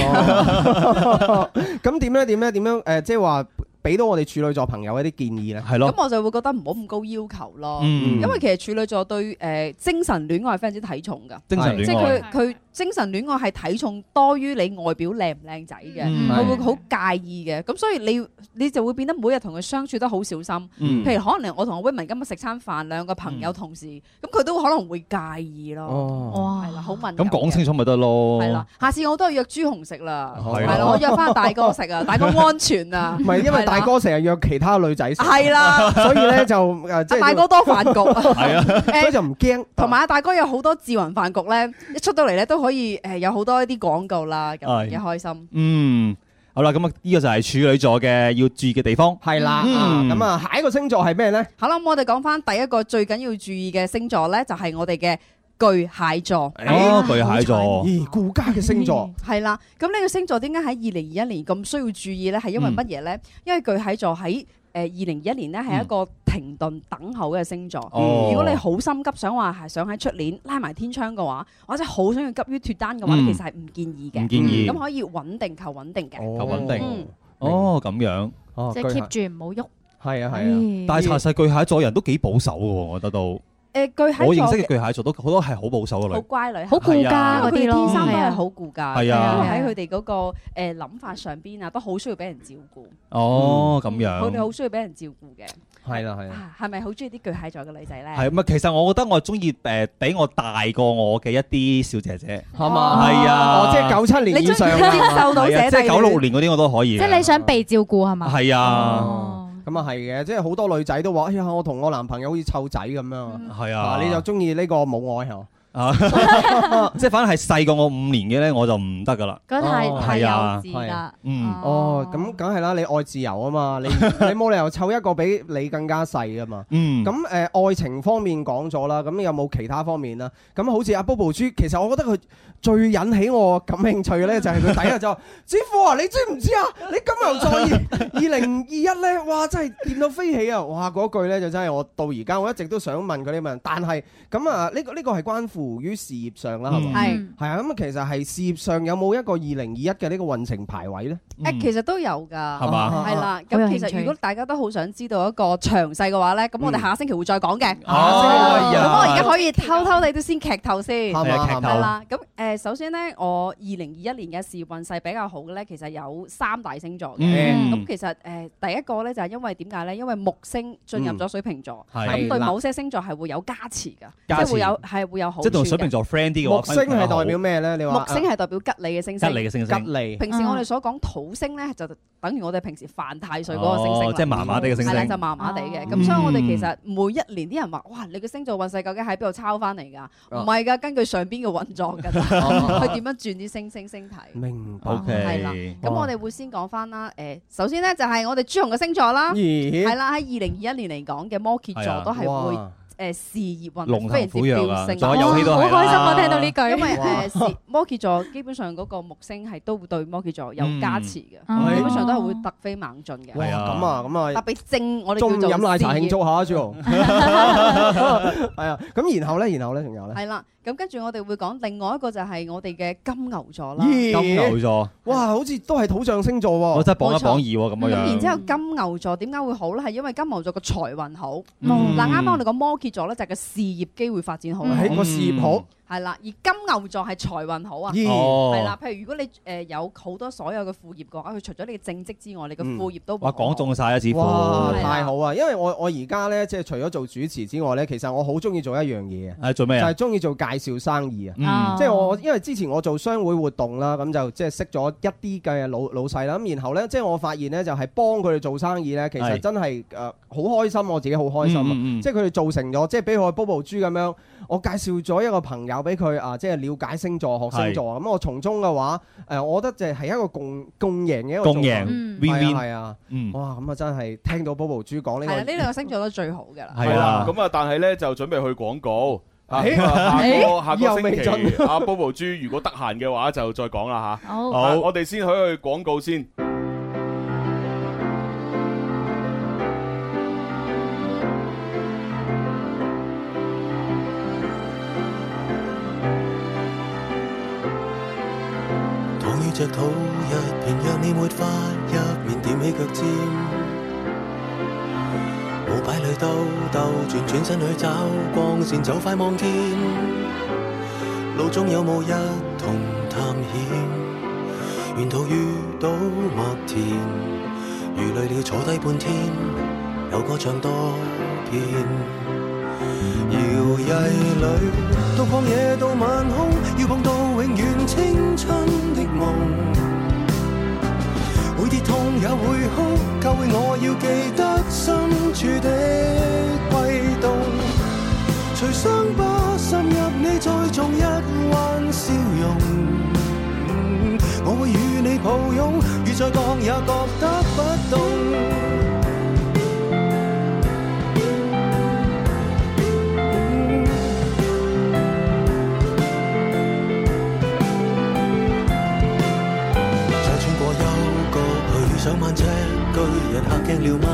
C: 咁點咧？點咧？點樣？誒，即係話俾到我哋處女座朋友一啲建議咧。
D: 係
G: 咁
D: 咯，
G: 我就會覺得唔好咁高要求咯。
D: 嗯，
G: 因為其實處女座對誒精神戀愛係非常之睇重㗎，
D: 精神
G: 即係
D: 戀愛
G: 佢佢精神戀愛係睇重多於你外表靚唔靚仔嘅，
D: 嗯
G: 佢會好介意嘅。咁所以你你就會變得每日同佢相處得好小心。
D: 嗯
G: 譬如可能我同阿 Women 今日食餐飯，兩個朋友同事，咁佢都可能會介意咯。
C: 哦，
E: 哇，
G: 係啦，好敏感嘅。
D: 咁講清楚咪得咯。
G: 係啦，下次我都係約朱紅食啦，
D: 係啊
C: 啦
G: 係啦，我約翻大哥食 啊，大哥安全啊，
C: 唔係因為
G: 係啦
C: 大哥成日約其他女仔食，
G: 係啦，
C: 所以 咧就誒
G: 阿
C: 即係
G: 大哥多飯局，
D: 係啊，
C: 所以
G: 誒
C: 就唔驚。
G: 同埋阿啊大哥有好多智雲飯局咧，一出到嚟咧都可以誒有好多一啲廣告啦，咁
D: 係
G: 嘅開心。
D: 嗯。好啦，咁啊呢個就係處女座嘅要注意嘅地方。
C: 係啦，
D: 嗯
C: 啊咁啊下一個星座係咩呢？
G: 好啦，咁我哋講翻第一個最緊要注意嘅星座咧，就係我哋嘅巨蟹座。
D: 哦，巨蟹座。
C: 咦，顧家嘅星座，
G: 係啦，咁呢個星座點解喺二零二一年咁需要注意呢？係因
D: 嗯
G: 為乜嘢呢？因為巨蟹座喺誒二零二一年呢係一個停頓等候嘅星座。
D: 哦
G: 如果你好心急想話係想喺出年拉埋天窗嘅話，或者好想要急於脱單嘅話，
D: 嗯
G: 其實係唔建議
D: 唔
G: 嘅。嗯
D: 建議
G: 咁可以穩定求穩定嘅。
C: 哦
D: 求穩定
G: 嗯
D: 哦，咁樣。
C: 哦
E: 即
C: 巨蟹
E: 係 keep 住唔好喐。哎
C: 係啊係啊。
E: 係
D: 但係查實巨蟹座人都幾保守嘅喎，我覺得到。
G: 誒
D: 我
G: 呃巨蟹
D: 認
G: 座
D: 識
G: 嘅
D: 嘅巨蟹座都好多係好保守嘅
G: 好
D: 女。
G: 乖女孩，
E: 好顧
D: 係啊
E: 家嗰
G: 因為
E: 啲
G: 佢哋
E: 咯，
G: 天生都
E: 係啊
G: 係好顧家，
D: 係啊
G: 因為喺佢哋嗰個誒諗法上邊啊，都好需要俾人照顧。
D: 哦，咁
G: 佢哋
D: 樣。
G: 嗯好需要俾人照顧嘅。
C: 係啦係啦，
G: 啊，係咪好中意啲巨蟹座嘅女仔咧？
D: 係咪？啊其實我覺得我中意誒比我大過我嘅一啲小姐姐。
C: 係嘛？
D: 係啊
C: 哦，即係九七年
G: 你
C: 以
G: 中
C: 上
G: 意
C: 啦
G: 接受到
D: 係啊
G: 姐弟
D: 即係九六年嗰啲我都可以
E: 即
D: 嘅。
E: 係你想被照顧係嘛？
D: 係啊，
E: 哦
C: 咁啊係嘅，即係好多女仔都話：哎呀，我同我男朋友好似湊仔咁樣啊。
D: 係
C: 啊
D: 啊，，
C: 你就中意呢個母愛係嘛？
D: 啊，即係反正係細過我五年嘅咧，我就唔得噶啦。
E: 嗰太
C: 哦
E: 太幼
D: 係啊
E: 稚啦。
D: 嗯
C: 哦，咁梗係啦，你愛自由啊嘛，你 你冇理由湊一個比你更加細噶嘛。
D: 嗯，
C: 咁誒、呃、愛情方面講咗啦，咁有冇其他方面啦？咁好似阿 Bobo 豬，其實我覺得佢最引起我感興趣嘅咧，就係 佢第一日就話：子富啊，你知唔知啊？你金牛座二零二一咧，哇！真係掂到飛起啊！哇！嗰句咧就真係我到而家我一直都想問佢呢問，但係咁啊，呢、個呢、個係關乎於事業上啦，係嘛？
D: 嗯
G: 係
E: 嗯
C: 係啊，咁啊，其實係事業上有冇一個二零二一嘅呢個運程排位咧？
D: 嗯
G: 誒，其實都有㗎，
D: 係嘛
G: 係啦，
E: 嗯好有
G: 咁
E: 興
G: 其
E: 趣
G: 實如果大家都好想知道一個詳細嘅話咧，咁我哋下星期會再講嘅。
D: 嗯哦哎呀
G: 咁我而家可以偷偷地都先劇透先。
C: 啱
D: 係啊
C: 啊
D: 劇
C: 啱啊
D: 透
G: 係啦，咁誒首先咧，我二零二一年嘅事業運勢比較好嘅咧，其實有三大星座嘅。
D: 嗯
G: 咁其實誒第一個咧就係因為點解咧？因為木星進入咗水瓶座，
D: 嗯係
G: 咁對
C: 啦
G: 某些星座係會有加持㗎，即
D: 加
G: 係
D: 持
G: 會有係會有好
D: 即係同
G: 處
D: 水瓶
G: 嘅
D: 座 friend 啲嘅話，
C: 木星係代表咩咧？你話啊
G: 木星係代表吉利嘅星
D: 吉
G: 星。
D: 利嘅星
C: 吉
D: 星，
C: 利，
G: 平時我哋所講土星咧，就等於我哋平時犯太歲嗰個星星啦
D: 哦即係麻麻地嘅星星
G: 係啦，就麻麻地嘅。
E: 哦
G: 咁所以我哋其
D: 嗯
G: 實每一年啲人話：哇，你嘅星座運勢究竟喺邊度抄翻嚟㗎？
D: 哦
G: 唔係㗎，根據上邊嘅運作 㗎，佢點樣轉啲星星星
D: 嗯
G: 體。
C: 哦明白。
G: 係啦
D: OK，
G: 咁我哋會先講翻啦。誒，首先咧就係我哋朱紅嘅星座啦，
C: 咦
G: 係啦，喺二零二一年嚟講嘅摩羯
D: 係啊
G: 啊座都係會
C: 哇
G: 誒事業運
D: 龍
G: 非
D: 騰
G: 常之
D: 虎躍啊
G: 飆，升。
D: 仲有遊戲都係
E: 好
D: 啦
E: 開心啊！聽到呢句，
G: 因為
C: 哇
G: 誒事摩羯座基本上嗰個木星係都會對摩羯座有加持嘅，
E: 嗯
G: 基本上都係會突飛猛進
C: 哦哇
G: 嘅。
D: 係啊
C: 咁啊咁
G: 特
C: 啊，
G: 別正，我哋
C: 中午
G: 叫做
C: 飲奶茶
G: 事業
C: 慶祝下啊 朱紅， 係啊，咁然後咧，然後咧，仲有咧，
G: 係啦，咁跟住我哋會講另外一個就係我哋嘅金牛座啦。
D: 金
C: 咦，
D: 牛座，
C: 哇，好似都係土象星座
D: 我
C: 喎，
D: 真係榜一榜二喎咁
G: 咁
D: 樣。
G: 然之後金牛座點解會好咧？係因為金牛座個財運好。
D: 嗯
G: 嗱，啱啱我哋講摩羯座咧，就係個事業機會發展好啦。
C: 誒個事業好，
G: 係啦，而金牛座係財運好啊。
C: 咦，
D: 哦，
G: 係啦，譬如如果你誒有好多所有嘅副業嘅話，佢除咗你嘅正職之外，你嘅
C: 嗯
G: 副業都
D: 哇，講中晒啊，似乎
C: 哇，
G: 係啊
C: 太好啊！因為我我而家咧，即係除咗做主持之外咧，其實我好中意做一樣嘢啊，
D: 係做咩
C: 就
D: 啊
C: 係？中意做介紹生意啊。
D: 嗯
C: 即係我，因為之前我做商會活動啦，咁就即係識咗一啲嘅老老細啦。咁然後呢，即係我發現呢，就係幫佢哋做生意呢，其實
D: 係
C: 真係誒好開心，我自己好開心啊！
D: 嗯嗯嗯
C: 即係佢哋做成咗，即係俾我 Bobo 豬咁樣，我介紹咗一個朋友俾佢啊，即係了解星座、學星座。咁我從中嘅話，誒、我覺得就係一個共共贏嘅一個做法
D: 共贏
E: 嗯
D: win
C: 係啊
D: win，
C: 係啊，
D: 嗯，
C: 哇！咁啊真係聽到 Bobo 豬講呢
G: 係啦，呢
C: 個。
G: 兩個星座都最好㗎啦。
D: 係啦。
H: 咁啊，但係咧就準備去廣告。啊
C: 咦
H: 咁啊下個
C: 咦
H: 下個星
C: 又未
H: 期，阿 Bobo 豬如果得閒嘅話，就再講啦吓。
E: 好
H: 啊我哋先去去廣告先。
I: 躺起着肚入便若你沒法入面踮起腳尖，冇擺裏兜兜轉轉身去找光線，就快望見路中有霧一同探險，沿途遇到麥田，如累了坐低半天，有歌唱多遍。搖曳裏，到曠野到晚空，要碰到永遠青春的夢。會跌痛也會哭，教會我要記得深處的悸動。隨傷疤滲入你再種一彎笑容，我會與你抱擁，如再降也覺得不凍。再穿過幽谷去上萬尺巨人嚇驚了嗎？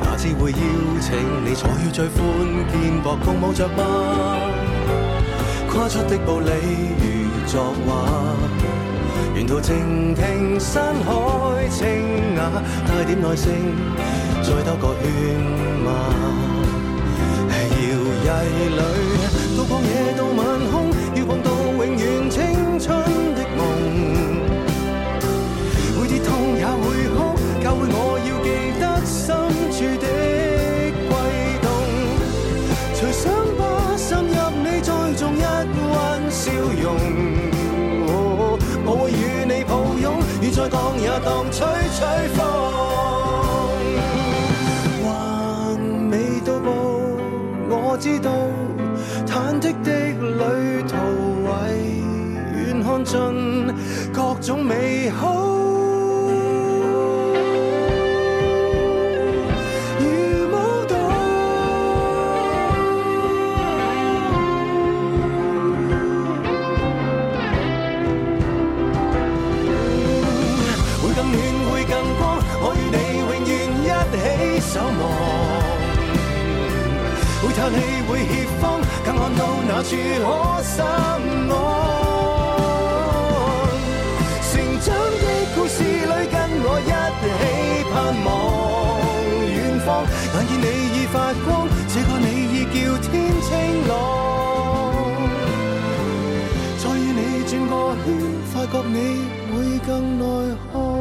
I: 哪知會邀請你坐於最寬肩膊共舞着嗎？跨出的步履如作畫，沿途靜聽山海清雅，帶點耐性，再兜個圈嗎？搖曳裏，到曠野到晚空，要望到永遠青春的夢。會跌痛也會哭，教會我要記得深處的悸動。隨想吧，滲入你再種一彎笑容。哦我會與你抱擁，雨再降也當吹吹風。還未到步，我知道忐忑的旅途為遠看盡各種美好。如舞蹈會更暖，會更光，我與你永遠一起守望。會嘆氣，會怯慌，更看到那處可心安。成長的故事裏，跟我一起盼望遠方。眼見你已發光，這個你已叫天清朗。再與你轉個圈，發覺你會更內看。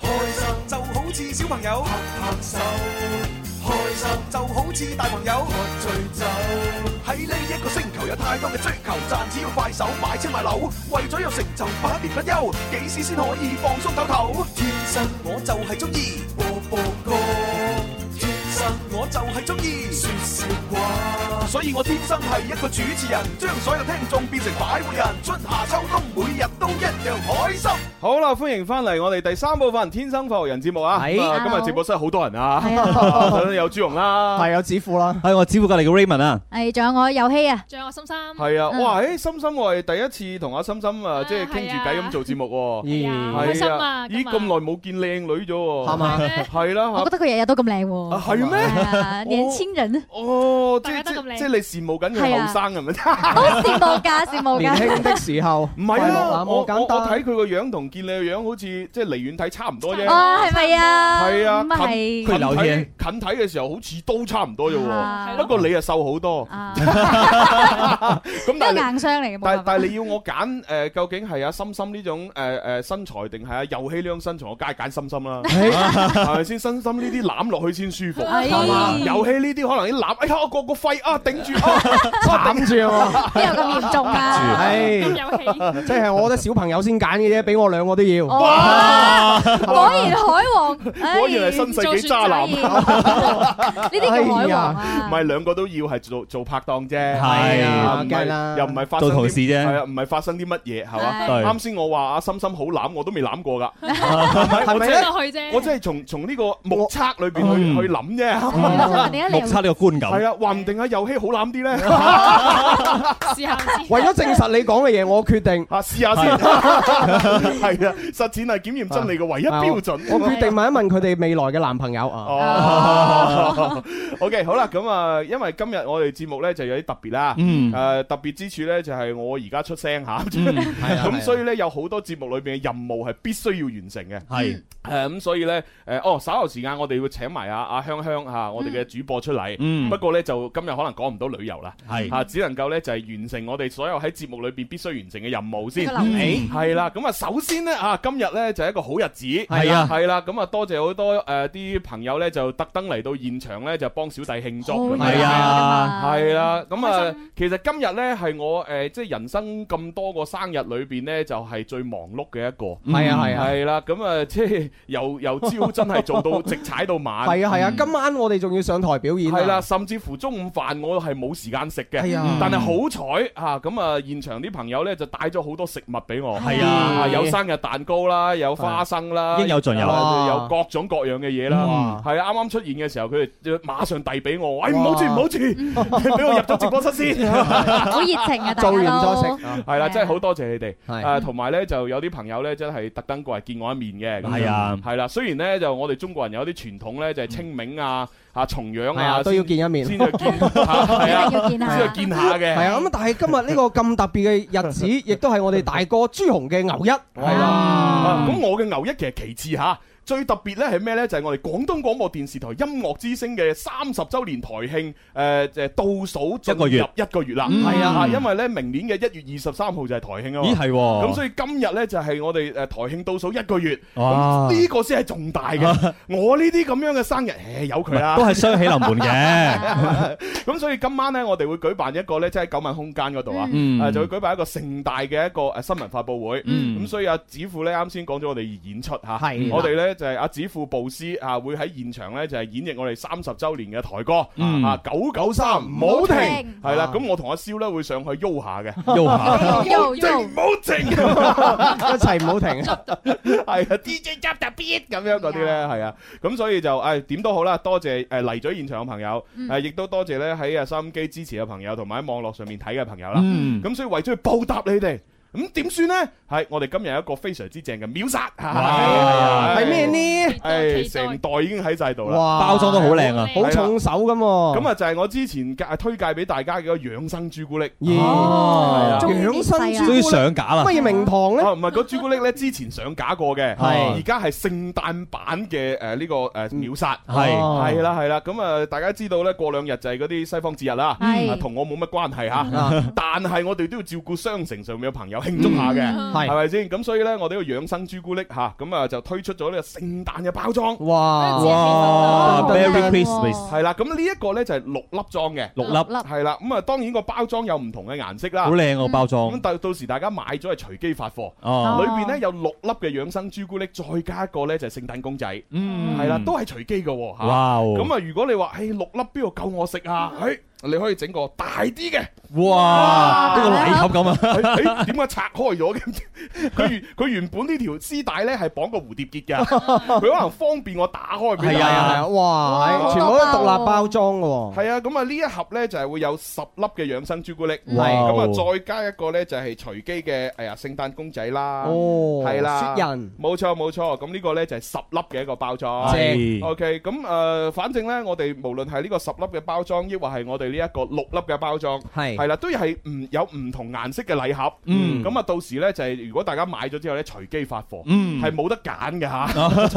F: 開心就好似小朋友拍拍手，開心就好似大朋友喝醉酒。喺呢一個星球有太多嘅追求，賺錢要快手買車買樓，為咗有成就百年不休，幾時先可以放鬆唞唞？天生我就係中意播播歌，天生我就係中意説笑話，所以我天生係一個主持人，將所有聽眾變成擺渡人，春夏秋冬每日都一樣開心。
H: 好啦，歡迎翻嚟我哋第三部分《天生快活人》節目啊！
C: 係
H: 咁啊今
E: Hello
H: 日直播室好多人啊
E: 係啊，
H: 有朱容啦，
C: 係有指庫啦。
D: 係我招呼隔離嘅 Raymond 啊，
E: 係，仲有我遊戲啊，
J: 仲有我心心，
H: 係啊，
E: 嗯
H: 哇！誒，心心我係第一次同阿心心啊，即係傾住偈咁做節目喎，
J: 係
C: 咦
J: 啊開心啊
H: 咦
J: 今日
H: 咁耐冇見靚女咗
C: 係
H: 喎，
C: 嘛？
J: 咩
H: 係啦
E: 我覺
H: 嚇，
E: 得佢日日都咁靚
H: 啊
E: 喎，
H: 係咩？
E: 係啊年輕人
H: 哦，即係
J: 大家都
H: 即
J: 咁靚
H: 即係你羨慕緊佢
E: 係啊
H: 後生係咪？
E: 都哦羨慕㗎，羨慕
C: 年
E: 㗎。
C: 輕的 時候，
H: 唔係啊，我我
C: 冇
H: 我
C: 簡單。
H: 睇佢個樣同見你個樣好似即係離遠睇差唔多啫，
E: 哦，係咪啊？
H: 係啊
E: 咁係
D: 佢
H: 近
D: 留
H: 睇
D: 嘢
H: 近睇嘅時候好似都差唔多啫喎。
E: 啊
H: 不過你啊瘦好 多，
E: 啊，
H: 咁
E: 都
H: 但係你
E: 硬傷嚟嘅，冇辦
H: 但
E: 法
H: 但係你要我揀誒，究竟係阿心心呢種誒誒身材定係阿又希呢種身材？我梗係揀心心啦，係咪先？心心呢啲攬落去先舒服，
E: 哎
H: 係嘛？又希呢啲可能一攬，哎呀，我個個肺啊頂住啊，
C: 慘 住喎，
E: 邊有咁嚴 重啊？
J: 咁
C: 係，
J: 有氣，
C: 即係我覺得小朋友先揀嘅啫，俾我兩個都要。
E: 哇！ 果然海 王，
H: 果然係新世紀渣 男，
E: 哎呢啲叫海王
H: 唔
E: 啊！
H: 係兩個都要係做做拍檔啫，
D: 係
H: 啊唔
C: 梗係啦
H: 係又唔係發生
D: 做同
H: 啲
D: 事啫
H: 係啊，唔係發生啲乜嘢係嘛？
E: 係
D: 對，
H: 啱先我話阿心心好攬，我都未攬過㗎，
C: 係
H: 係
C: 咪
H: 咪
C: 咧
H: 咧？
J: 上去啫，
H: 我真係從從呢個目測裏邊去
D: 嗯
H: 去諗啫。
E: 我想問點解
D: 目
E: 你
D: 測呢個觀
H: 係
D: 感，
H: 啊，話唔定阿遊戲好攬啲咧，
J: 試下先，
C: 為咗證實你講嘅嘢，我 決定，
H: 啊試下先，係啊，實踐係檢驗真理嘅唯一標
C: 我
H: 準。
C: 決定問一問佢哋未來嘅男朋 友啊。
H: 哦，OK，好啦，咁啊，因為今日我哋節目咧就有啲特別啦。
D: 嗯，
H: 誒特別之處咧，就係我而家出聲嚇，
D: 啊
H: 咁所以咧有好多節目裏邊嘅任務係必須要完成嘅。
D: 係
H: 誒咁所以咧，誒哦稍後時間我哋會請埋阿阿香香樣吓，我哋嘅主播出嚟。
D: 嗯
H: 不過呢，就今日可能講唔到旅遊啦，
D: 係
H: 吓只能夠呢，就係完成我哋所有喺節目裏邊必須完成嘅任務先。
D: 呢個流程嗯
H: 係啦，咁啊首先呢，啊今日呢，就係一個好日子，
D: 係啊
H: 係啦，咁啊多謝好多诶啲朋友呢，就特登嚟到現場呢，就幫小弟慶祝咁樣。
D: 哦係啊
H: 係啦，咁啊其實今日呢，係我诶即係人生咁多個生日裏邊呢，就係最忙碌嘅一個。
C: 係啊係啊
H: 係啦，咁啊即係 由由朝真係做到直踩到晚。
C: 係啊係啊，今晚我哋仲要上台表演啊。
H: 係啦，甚至乎中午飯我係冇時間食嘅
C: 係啊，
H: 但係好彩啊！咁啊，現場啲朋友呢就帶咗好多食物俾我，
D: 係啊
H: 有生日蛋糕啦，有花生啦，
D: 應有盡有
H: 啊
D: 哇
H: 有各種各樣嘅嘢啦。係啊，啱啱出現嘅時候，佢哋就馬上遞俾我，喂，唔好住，唔好住， 俾我入咗直播室 先。
E: 好熱情啊！大家
C: 做
E: 都
C: 完再食啊
H: 係啦，真係好多謝你哋。
C: 係
H: 誒，同埋呢，就有啲朋友呢，真係特登過嚟見我一面嘅。咁樣
D: 係啊
H: 係啦。雖然呢，就我哋中國人有啲傳統呢，就係清明啊、啊重陽
C: 係
H: 啊
C: 啊，都要見一面。
H: 先去見， 係啊，
E: 一定要見下
H: 先去見下嘅。
C: 係啊，咁但係今日呢個咁特別嘅 日子，亦都係我哋大哥朱紅嘅牛一。係
H: 啊，咁我嘅牛一其實其次嚇。最特別咧係咩咧？就係、我哋廣東廣播電視台音樂之聲嘅三十週年台慶，誒、誒倒數進
D: 一個月
H: 入一個月啦，
D: 嗯
H: 係啊，因為咧明年嘅一月二十三號就係台慶啊嘛
D: 咦，係喎，
H: 咁所以今日呢，就係我哋誒台慶倒數一個月，
D: 哇
H: 咁呢個先係重大嘅。我呢啲咁樣嘅生日，誒由佢啦
D: 都。係雙喜臨 門嘅，
H: 咁所以今晚呢，我哋會舉辦一個呢，即係喺九萬空間嗰度啊，
D: 嗯
H: 誒就會舉辦一個盛大嘅一個誒新聞發佈會。咁所以阿子富呢，啱先講咗我哋演出嚇，
C: 係啦
H: 我哋呢，就係阿子富布斯啊，會喺現場呢，就係演繹我哋三十週年嘅台歌
D: 嗯
H: 啊九九三唔好停
E: 停
H: 係啦。咁我同阿蕭呢，會上去喐下嘅，
D: 又下
E: 又
H: 靜
E: 又
H: 唔好靜。
C: 一齊唔好停。
H: 係啊，DJ j 特 b 咁樣嗰啲咧，係啊，咁所以就誒點都好啦，多謝誒嚟咗現場嘅朋友，誒亦都多謝咧喺啊收音機支持嘅朋友，同埋喺網絡上面睇嘅朋友啦。
D: 嗯
H: 咁所以為咗去報答你哋，咁點算呢？係我哋今日有一個非常之正嘅秒殺，
D: 哇
C: 係咩呢？
H: 誒，成袋已經喺晒度啦。
C: 哇！
D: 包裝都好靚啊，
C: 好重手咁喎。
H: 咁啊，就係我之前介推介俾大家嘅嗰個養生朱古力。
E: 哦
C: 咦，
E: 終於
C: 養生朱
D: 終
C: 古
D: 於
C: 力
D: 上架啦，
C: 乜嘢名堂咧
H: 啊，？唔係嗰朱古力咧，之前上架過嘅，
D: 係
H: 而家係聖誕版嘅誒呢個誒秒殺，
D: 係
C: 哦
H: 係啦係啦，咁啊大家知道咧，過兩日就係嗰啲西方節日啦，
E: 係
H: 啊同我冇乜關係嚇， 但係我哋都要照顧商城上面嘅朋友慶祝下嘅。
C: 係
H: 係咪先？咁所以呢，我哋個養生朱古力嚇，咁啊就推出咗呢個聖誕嘅包裝，
C: 哇
D: 哇
C: 哇
D: ，Merry Christmas，
H: 係啦。咁呢一個呢，就係六粒裝嘅，
D: 六粒，
H: 係啦。咁啊當然個包裝有唔同嘅顏色啦
D: 好。靚個包裝
H: 咁，到到時大家買咗係隨機發貨，
D: 哦，
H: 裏邊呢有六粒嘅養生朱古力，再加一個呢就係聖誕公仔，
D: 嗯，
H: 係啦，都係隨機嘅喎嚇。
D: 哇哦，
H: 咁啊，如果你話，誒六粒邊度夠我食啊？
C: 嗯
H: 誒，你可以整個大啲嘅，
D: 哇，呢個禮盒咁 啊，
H: 誒點解拆開咗嘅？ 佢原佢原本呢條絲帶咧係綁個蝴蝶結 㗎，佢可能方便我打開俾
C: 係啊
H: 大
C: 係
H: 家。
C: 啊，哇！係全部都獨立包裝嘅喎。
H: 係啊，咁啊呢一盒咧就係會有十粒嘅養生朱古力，
C: 嗯
D: 哇
C: 哦
H: 咁啊再加一個咧就係隨機嘅誒呀聖誕公仔啦，
C: 哦，
H: 係啦，
C: 雪人，
H: 冇錯冇錯，咁呢個咧就係十粒嘅一個包裝。
D: 係
H: O K，咁誒，反正呢，我哋無論係呢個十粒嘅包裝，抑或係我哋呢一個六粒嘅包裝，
C: 係
H: 係啦，都係唔有唔同顏色嘅禮盒。
D: 嗯
H: 咁啊，到時呢，就係如果大家買咗之後呢，隨機發貨，
D: 嗯
H: 係冇得揀嘅 嚇，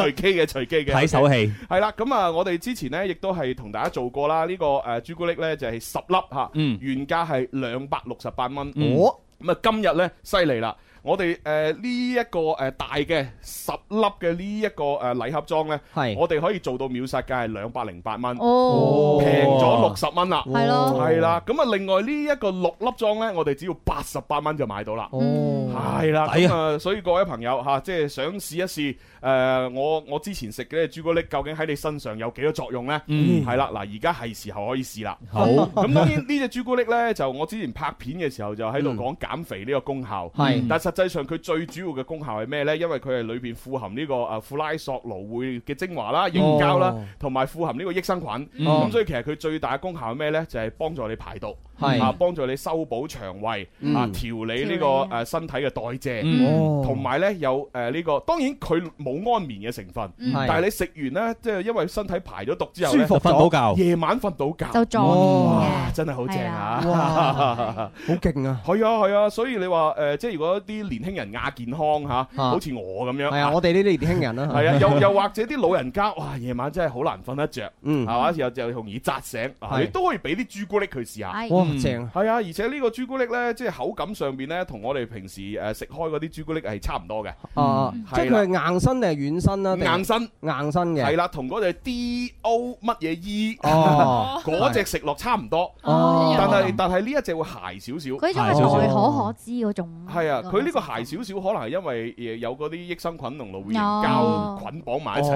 H: 隨機嘅隨機嘅。
D: 睇手氣，
H: 係啦，咁啊，我哋之前呢，亦都係同大家做過啦，呢個誒朱古力呢，就係十粒嚇，
D: 嗯
H: 原價係兩百六十八蚊。
D: 嗯
C: 哦，
H: 咁啊，今日呢，犀利啦！我哋誒呢一個誒大嘅十粒嘅呢一個誒禮盒裝呢。
D: 嗯
C: 係
H: 我哋可以做到秒殺價係兩百零八蚊，
E: 哦，
H: 平咗六十蚊啦。
E: 係咯
D: 哦
H: 係啦，咁啊，另外呢一個六粒裝呢，我哋只要八十八蚊就買到啦。
C: 哦，
H: 係啦，
D: 抵
H: 咁
D: 啊
H: 啊，所以各位朋友吓，即係想試一試誒，我我之前食嘅朱古力究竟喺你身上有幾多作用呢？
D: 嗯
H: 係啦，嗱，而家係時候可以試啦。
D: 好，
H: 咁當然呢只朱古力呢，就我之前拍片嘅時候就喺
D: 嗯
H: 度講減肥呢個功效，
C: 係
H: 但實際上佢最主要嘅功效係咩呢？因為佢係裏邊富含呢個誒庫拉索蘆薈嘅精華啦、凝膠啦
C: 哦，
H: 同埋富含呢個益生菌，咁、
D: 嗯
H: 所以其實佢最大嘅功效係咩呢？就係、幫助你排毒。係啊，幫助你修補腸胃
C: 嗯
H: 啊，調理呢個
C: 調
H: 誒身體嘅代謝
C: 嗯哦，
H: 同埋呢有誒呢個當然佢冇安眠嘅成分
C: 嗯，係
H: 但係你食完呢，即係因為身體排咗毒之後呢
C: 舒服咗瞓到覺
H: 夜晚瞓到覺
C: 就助眠嘅
H: 哇真係好正啊！
C: 係啊 好勁啊！
H: 係啊係啊，所以你話誒，即係如果啲年輕人亞健康嚇，
C: 啊
H: 好似我咁樣，
C: 係啊，我哋呢啲年輕人啦，
H: 係啊，又又或者啲老人家，哇，夜晚真係好難瞓得着，
C: 嗯
H: 係嘛，又又容易扎醒，啊
C: 係
H: 你都可以俾啲朱古力佢試下
C: 係，哇正啊
H: 係啊，而且呢個朱古力呢，即係口感上面呢，同我哋平時誒食開嗰啲朱古力係差唔多嘅，
C: 啊，即係
H: 啦
C: 佢係硬身定係軟身啦？啊定係
H: 硬身
C: 硬身嘅，
H: 係啦，同嗰隻 D O 乜嘢 E
C: 哦
H: 嗰隻食落差唔多，
C: 哦
H: 但係但係呢一隻會鞋少少，
E: 嗰種係奈可可知嗰種。
H: 係啊，佢呢個鞋少少，可能係因為誒有嗰啲益生菌同蘆薈凝
E: 哦
H: 膠捆綁埋一
D: 哦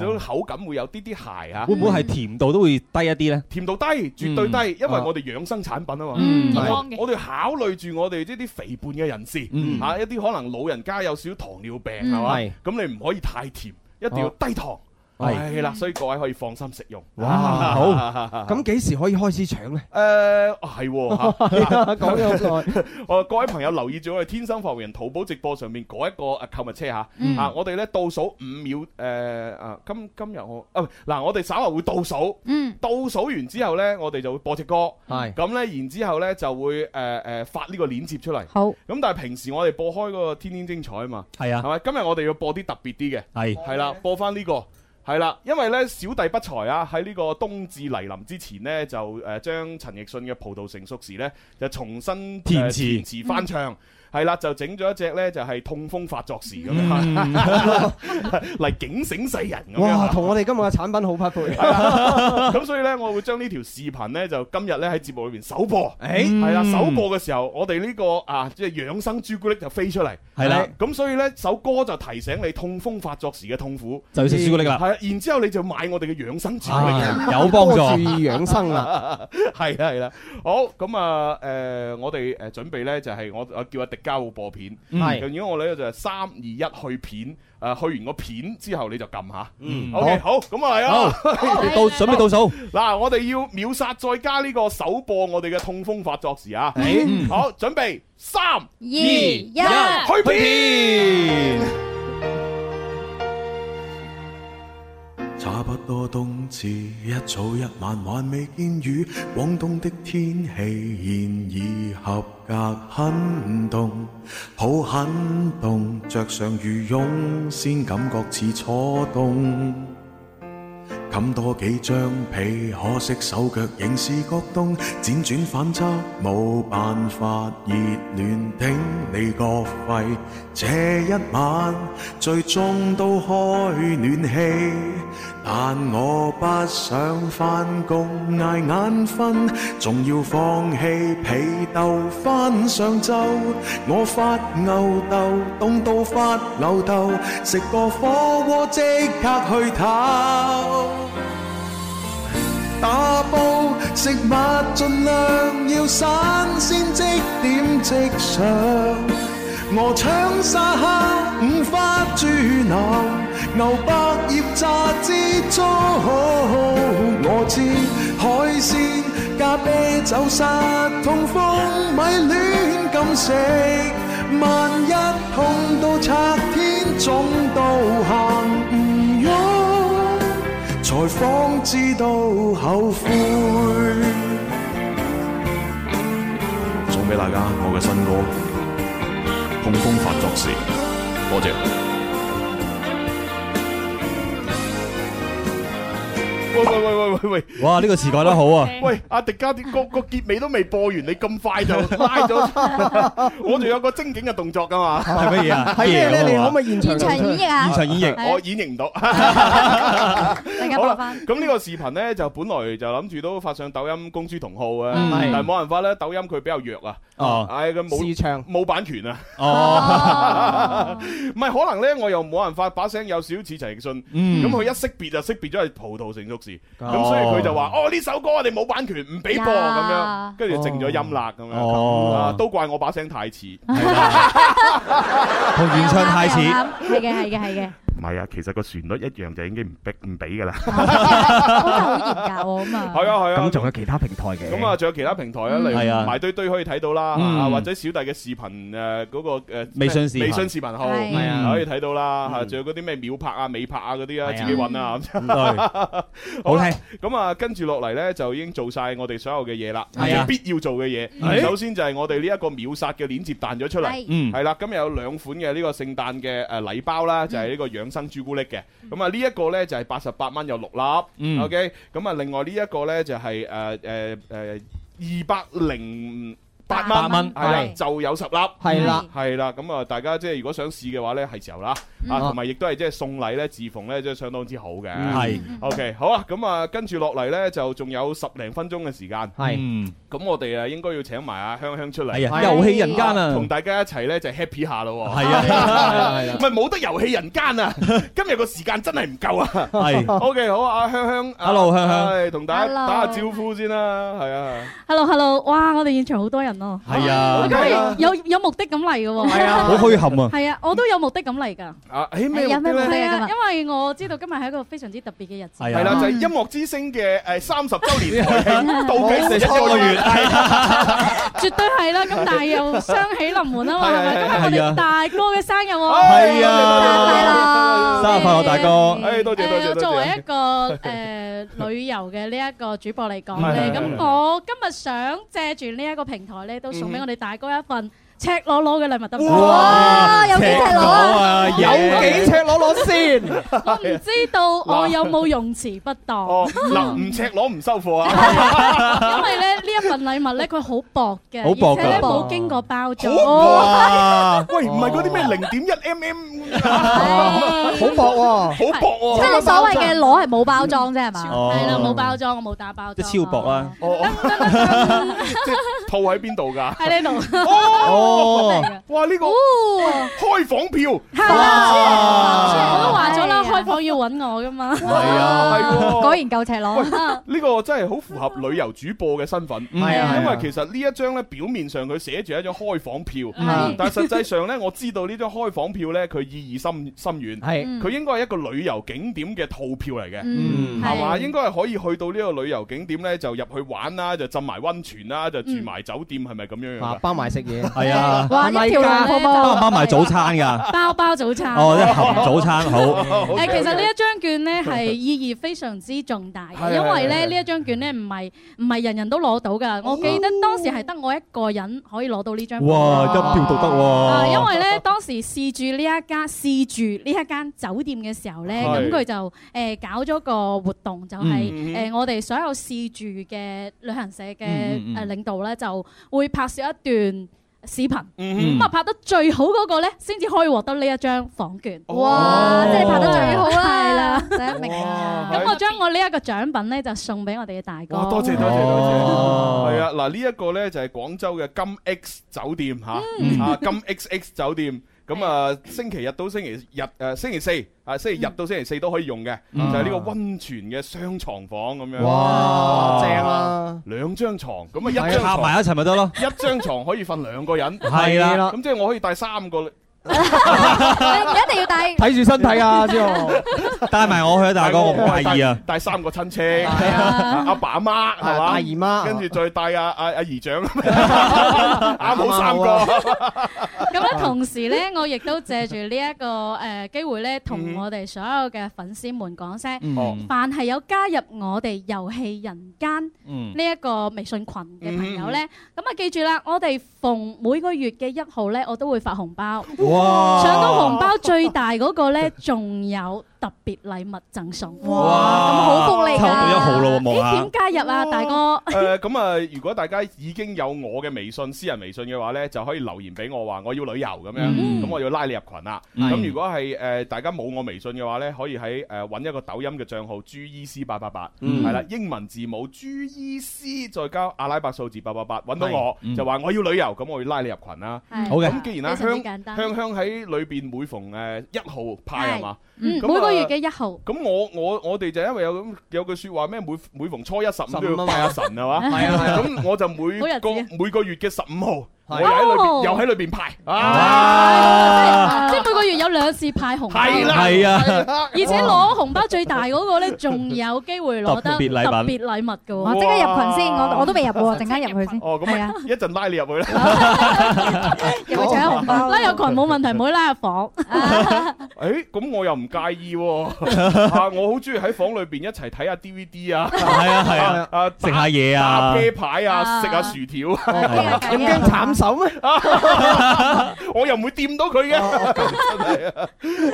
H: 齊，所以口感會有啲啲鞋啊。
D: 會唔會係甜度都會低一啲咧？
H: 甜度低，絕對低，因為我哋養生產品啊嘛。
D: 嗯健
H: 我
D: 康
H: 我哋考慮住我哋呢啲肥胖嘅人士，啊
D: 嗯
H: 嚇一啲可能老人家有少少糖尿病
D: 嗯
H: 係嘛
D: 係，
H: 咁你唔可以太甜，一定要低糖。
C: 係
H: 係啦，所以各位可以放心食用。
C: 哇 好，咁幾時可以開始搶咧？
H: 誒哦係喎嚇
C: 講咗好耐。
H: 哦，各位朋友留意咗我哋天生發福人淘寶直播上面嗰一個誒購物車嚇，
C: 嗯
H: 啊，我哋咧倒數五秒誒啊，今今日我啊唔係嗱，我哋稍後會倒數，
E: 嗯，
H: 倒數完之後咧，我哋就會播隻歌，
C: 係
H: 咁咧，然之後咧就會誒誒發呢個鏈接出嚟，
K: 好，
H: 咁但係平時我哋播開嗰個天天精彩啊嘛，
D: 係啊
H: 係咪？今日我哋要播啲特別啲嘅，
D: 係
H: 係啦，播翻呢個。係啦，因為咧小弟不才啊，喺呢個冬至嚟臨之前呢，就誒將、陳奕迅嘅《葡萄成熟時》呢，就重新
D: 填
H: 呃
D: 詞
H: 填
D: 嗯
H: 詞翻唱。係啦，就整咗一隻呢，就係、痛風發作時咁
D: 嗯
H: 樣， 嚟、警醒世人咁樣。啊
C: 哇，同我哋今日嘅產品好匹配。
H: 咁所以呢，我會將呢條視頻呢，就今日呢喺節目裏面首播。
C: 誒
H: 係啦，
C: 嗯
H: 首播嘅時候，我哋呢個啊，即係養生朱古力就飛出嚟。
D: 係啦，
H: 咁所以呢，首歌就提醒你痛風發作時嘅痛苦，
D: 就要食朱古力啦
H: 係啊，然之後你就買我哋嘅養生 朱古力
D: 啊，有幫助多注意養生
H: 啦。 係啦係啦，好咁啊誒，我哋誒準備呢，就係我我叫阿迪嘉會播片，
D: 嗯係
H: 咁如果我呢，就係三二一去片，啊誒去完個片之後你就撳下。
D: 嗯
H: OK，好，咁啊嚟啊！
D: 好倒準備倒數。
H: 嗱，我哋要秒殺再加呢個首播我哋嘅痛風發作時啊！
D: Ừ.
H: 好，準備三二
E: 一
D: 啊
H: 去片。
L: 差不多冬至，一早一晚還未見雨，廣東的天氣現已合格，很凍，好很凍，着上羽絨先感覺似初冬。冚多幾張被，可惜手腳仍是覺凍，輾轉反側冇辦法熱暖頂你個肺。這一晚最終都開暖氣，但我不想返工捱眼瞓，仲要放棄被竇翻上晝。我發吽竇，凍到發吽竇，食個火鍋即刻去唞。打煲食物盡量要新鮮，即點即上。鵝腸沙蝦、五花豬柳、牛百葉炸枝竹，我知海鮮加啤酒殺痛風，咪亂咁食。萬一痛到拆天，總都行唔喐。才方知道後悔。
M: 送俾大家啊我嘅新歌《痛風發作時》，多謝。
H: 喂喂喂喂喂喂！
D: 哇！呢個詞改得好啊！
H: 喂，阿迪加啲個個結尾都未播完，你咁快就拉 咗，我仲有個精警嘅動作噶嘛？
D: 係乜嘢啊係咩咧你可唔可以現場現場演繹啊現場演繹係啊
H: 我哦演繹唔到。
E: 大
H: 好
E: 家啊播
H: 啦
E: 翻，。
H: 咁呢個視頻呢，就本來就諗住都發上抖音公諸同好嘅，
D: 嗯係
H: 但係冇辦法咧，抖音佢比較弱啊，
D: 哦
H: 唉佢冇
C: 市場
H: 冇版權啊，
D: Ờ. 哦，
H: 唔係可能呢，我又冇辦法把聲有少少似陳奕迅，
D: 嗯
H: 咁佢一識別就識別咗係葡萄成熟時，咁
D: 哦
H: 所以佢就話哦呢首歌我哋冇版權唔俾播咁樣
D: 呀，
H: 跟住靜咗音啦咁樣，
D: 哦
H: 啊都怪我把聲太似。
D: 同原唱太似。
E: Dạ, 啱，係嘅，係嘅，係嘅。
H: 唔係啊，其實個旋律一樣就已經唔逼唔俾㗎啦。
E: 好似好嚴格喎，咁啊。
H: 係啊係啊。
C: 咁仲有其他平台嘅。
H: 咁啊，仲有其他平台啊，
C: 嗯
H: 例
C: 係啊
H: 如埋堆堆可以睇到啦，
C: 嗯
H: 啊或者小弟嘅視頻誒嗰個誒
D: 微信視頻
H: 微信視頻號
D: 係
H: 係啊
D: 嗯
H: 可以睇到啦，嚇仲有嗰啲咩秒拍啊、美拍啊嗰啲啊，
D: 係啊
H: 自己揾啊咁。
D: 對
H: 好啦
D: 好，
H: 咁啊，跟住落嚟咧就已經做晒我哋所有嘅嘢啦，
D: 係啊
H: 最必要做嘅嘢。
D: 係
H: 首先就係我哋呢一個秒殺嘅鏈接彈咗出嚟
D: 係，嗯
H: 係啦，今日有兩款嘅呢個聖誕嘅誒禮包啦，就係呢個養生朱古力嘅。咁啊，呢一個咧就係八十八蚊有六粒
D: 嗯
H: ，OK。咁啊，另外呢一個咧就係誒誒誒二百零。八
D: 八
H: 蚊
D: 蚊
H: 係啦，
D: 係
H: 就有十粒，
C: 係啦，
H: 係啦，咁啊，大家即係如果想試嘅話咧，係時候啦，啊，
D: 嗯
H: 同埋亦都係即係送禮咧，自奉咧，即係相當之好嘅，
D: 係
E: 嗯
H: OK，好啊，咁啊，跟住落嚟咧就仲有十零分鐘嘅時間，
D: 係嗯，
H: 咁我哋啊應該要請埋阿香香出嚟，
D: 係啊遊戲人間啊
H: 同大家一齊咧就 happy 下咯喎，
D: 係啊係啊係啊係啊
H: 唔係冇得遊戲人 間啊，今日個時間真係唔夠啊，
D: 係
H: OK，好啊，阿香香啊
D: Hello，香香
H: 係同大家
J: Hello
H: 打下招呼先啦，係啊。
J: Hello，Hello，哇！我哋現場好多人咯，
D: 係啊
J: 我今日有有目的咁嚟嘅喎，係啊
D: 好虛冚啊
J: 係啊，我都有目的咁嚟㗎，
H: 啊，誒咩目的
J: 係
H: 咧？
J: 啊，因為我知道今日係一個非常之特別嘅日子，
D: à.
H: 係啦，就係音樂之星嘅誒三十週年台慶，倒計時一
D: 冇錯
H: 個月，係啊
J: 絕對係啦，咁 但係又雙喜臨門啊嘛，係咪？今日
D: 係
J: 我
D: 啊
J: 哋大哥嘅生日喎，
D: 係啊，生日快樂，大哥！
H: 誒多謝多
J: 誒
H: 謝
J: 作
H: 多
J: 為
H: 謝
J: 一。個誒旅遊嘅呢一個主播嚟講咧，
H: 係係
J: 咁
H: 係
J: 我今日想借住呢一個平台咧，都送俾
H: 嗯
J: 我哋大哥一份赤裸裸嘅禮物得唔得？
C: 哇有幾
D: 赤裸啊
C: 有幾赤裸裸先？
J: 我唔知道我有冇用詞不當。
H: 嗱，唔赤裸唔收貨啊！
J: 因為咧呢一份禮物咧，佢好薄嘅，
H: 好薄㗎
J: 而且咧冇經過包裝。
H: 哇！喂，唔係嗰啲咩零點一 mm，好
C: 嗯薄
H: 喎，好薄喎，
E: 即係你所謂嘅攞係冇包裝啫，係嘛？
D: À.
H: 哦。
J: 係啦，
D: Ờ.
J: 冇包裝，我冇打包裝。
D: 超薄啦，
H: 哦，即係套喺邊度㗎？
J: 喺呢度。
H: 哦，哇！呢個開房票，
J: 我
H: 哇！
J: 都話咗啦，
G: 啊
J: 開房要揾我噶 嘛。係
H: 啊係喎
J: 果然夠赤裸。
H: 呢個真係好符合旅遊主播嘅身份，嗯
J: 嗯
H: 因
D: 係
C: 嗯
D: 啊係啊
H: 為其實呢一張咧表面上佢寫住一張開房票
J: 嗯
H: 啊
D: 係，
H: 但係 實際上呢，我知道呢張開房票呢，佢意義深深遠，
C: 係
J: 嗯
H: 佢應該係一個旅遊景點嘅套票嚟嘅，
J: 嗯
H: 係嘛？
J: 係
H: 應該係可以去到呢個旅遊景點呢，就入去玩啦，就浸埋温泉啦，就住
J: 嗯
H: 埋酒店，係咪咁樣樣啊㗎？
C: 嗯包埋食嘢。
D: 係啊，
J: 哇！一條龍
D: 包
J: 服
D: 唔包
J: 務，
D: 埋早餐㗎？
J: 包包早餐。
D: 哦，即係含早餐好。
H: 哦
J: 誒，其實呢一張 券咧係意義非常之重大嘅，
D: 係
J: 因為咧
D: 係係
J: 呢一張券咧唔係唔係人人都攞到㗎。
G: 哦
J: 我記得當時係得我一個人可以攞到呢張券。
D: 哇，一票讀得
J: 啊，
D: 喎。
J: 因為咧當時試住呢一家試住呢一間酒店嘅時候咧，
D: 係
J: 咁佢就誒搞咗個活動，就係
D: 嗯
J: 誒我哋所有試住嘅旅行社嘅
D: 嗯嗯嗯
J: 誒領導咧，就會拍攝一段。視頻
D: 嗯
J: 咁啊拍得最好嗰個咧，先至可以獲得呢一張房券。
E: 哇即係拍得最好啦
J: 係啦，
E: 第一名
J: 啊！咁我將我呢一個獎品咧，就送俾我哋嘅大哥。
H: 哇！多謝多謝多謝，係啊！嗱，呢一個呢就係廣州嘅金 X 酒店嚇，啊金 XX 酒店。咁啊，星期日到星期日，誒星期四啊，星期日到星期四都可以用嘅，就係呢個温泉嘅雙床房咁樣。
D: 哇正
C: 啊！
H: 兩張床，咁啊一張
D: 係啊
H: 床
D: 拍埋一齊咪得咯。
H: 一張床可以瞓兩個人。
D: 係啦
H: 咁即係我可以帶三個。
E: 你唔一定要戴。
C: 睇住身體啊，之後
D: 帶埋我去啊，大哥，我唔介意啊。
H: 帶三個親戚，啊阿爸阿媽係嘛，
C: 帶姨媽
H: 跟住再帶阿阿阿姨 丈，啱好三個。
J: 咁咧，同時咧，我亦都借住呢一個誒機會咧，同我哋所有嘅粉絲們講聲，
D: 嗯
J: 凡係有加入我哋遊戲人間
D: 嗯
J: 呢一個微信群嘅朋友咧，咁啊記住啦，我哋逢每個月嘅一號咧，我都會發紅包，
D: 哇
J: 搶到紅包最大嗰個咧，仲有特別禮物贈送，
D: 哇
J: 咁好福利
D: 抽到一
J: 㗎！
D: 號咯喎，望下
J: 點。加入啊，大哥？
H: 誒咁啊，如果大家已經有我嘅微信私人微信嘅話呢，就可以留言俾我話我要旅遊咁樣，
D: 嗯
H: 咁我要拉你入群啦。
D: 係
H: 咁如果係誒大家冇我微信嘅話呢，可以喺誒揾一個抖音嘅帳號 G E C 八八八，
D: 嗯
H: 係啦，英文字母 G E C 再加阿拉伯數字八八八，揾到我
D: 係
H: 就話我要旅遊，咁我要拉你入群啦。
J: 係
D: 好嘅
H: 咁既然啦，
J: 嗯
H: 啊
J: 非常
H: 香
J: 之簡單
H: 香香喺裏邊每逢誒一號派係嘛，
J: 嗯，每
H: 咁
J: 個月
H: 啊
J: 嘅一號。
H: 咁我我我哋就因為有咁有句説話咩？每每逢初一十五都要
C: 15啊嘛
H: 拜下神係嘛？
C: 係啊係啊
H: 咁我就每
J: 好日子
H: 個每個月嘅十五號我又喺裏邊，又喺裏邊排
D: 啊
H: 啊！
J: 即係每個月有兩次派紅包，
H: 係啦 係啊
J: 而且攞紅包最大嗰個咧，仲有機會攞得
H: 特別禮物
J: 特別禮物嘅
H: 哇
J: 喎。
H: 即刻入群先我我都未入
E: 喎
J: 陣間入去先。
H: 哦，咁啊，一陣拉你入去啦。
J: 入去搶紅包， 拉入群冇問題，唔好拉入房。
H: 誒，咁我又唔介意喎，啊我好中意喺房裏邊一齊睇下 DVD 啊，係
D: 啊係啊
H: 啊
D: 食下嘢啊
H: 打啤牌啊，
D: 啊
H: 食下薯條，
D: 啊
C: 有冇驚慘手咩？
H: 我又唔會掂到佢嘅，真係啊。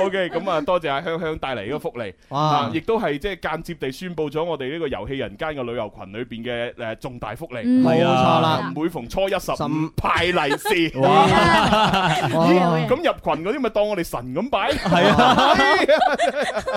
H: OK，咁啊，多謝阿香香帶嚟呢個福利，
C: 哇
H: 啊，亦都係即係間接地宣佈咗我哋呢個遊戲人間嘅旅遊群裏邊嘅誒重大福利，啊
C: 嗯冇錯啦
H: 每逢初一十五派利 是，
D: 哦
C: 哇
H: 啊咦咁入群嗰啲咪當我哋神咁拜，係啊。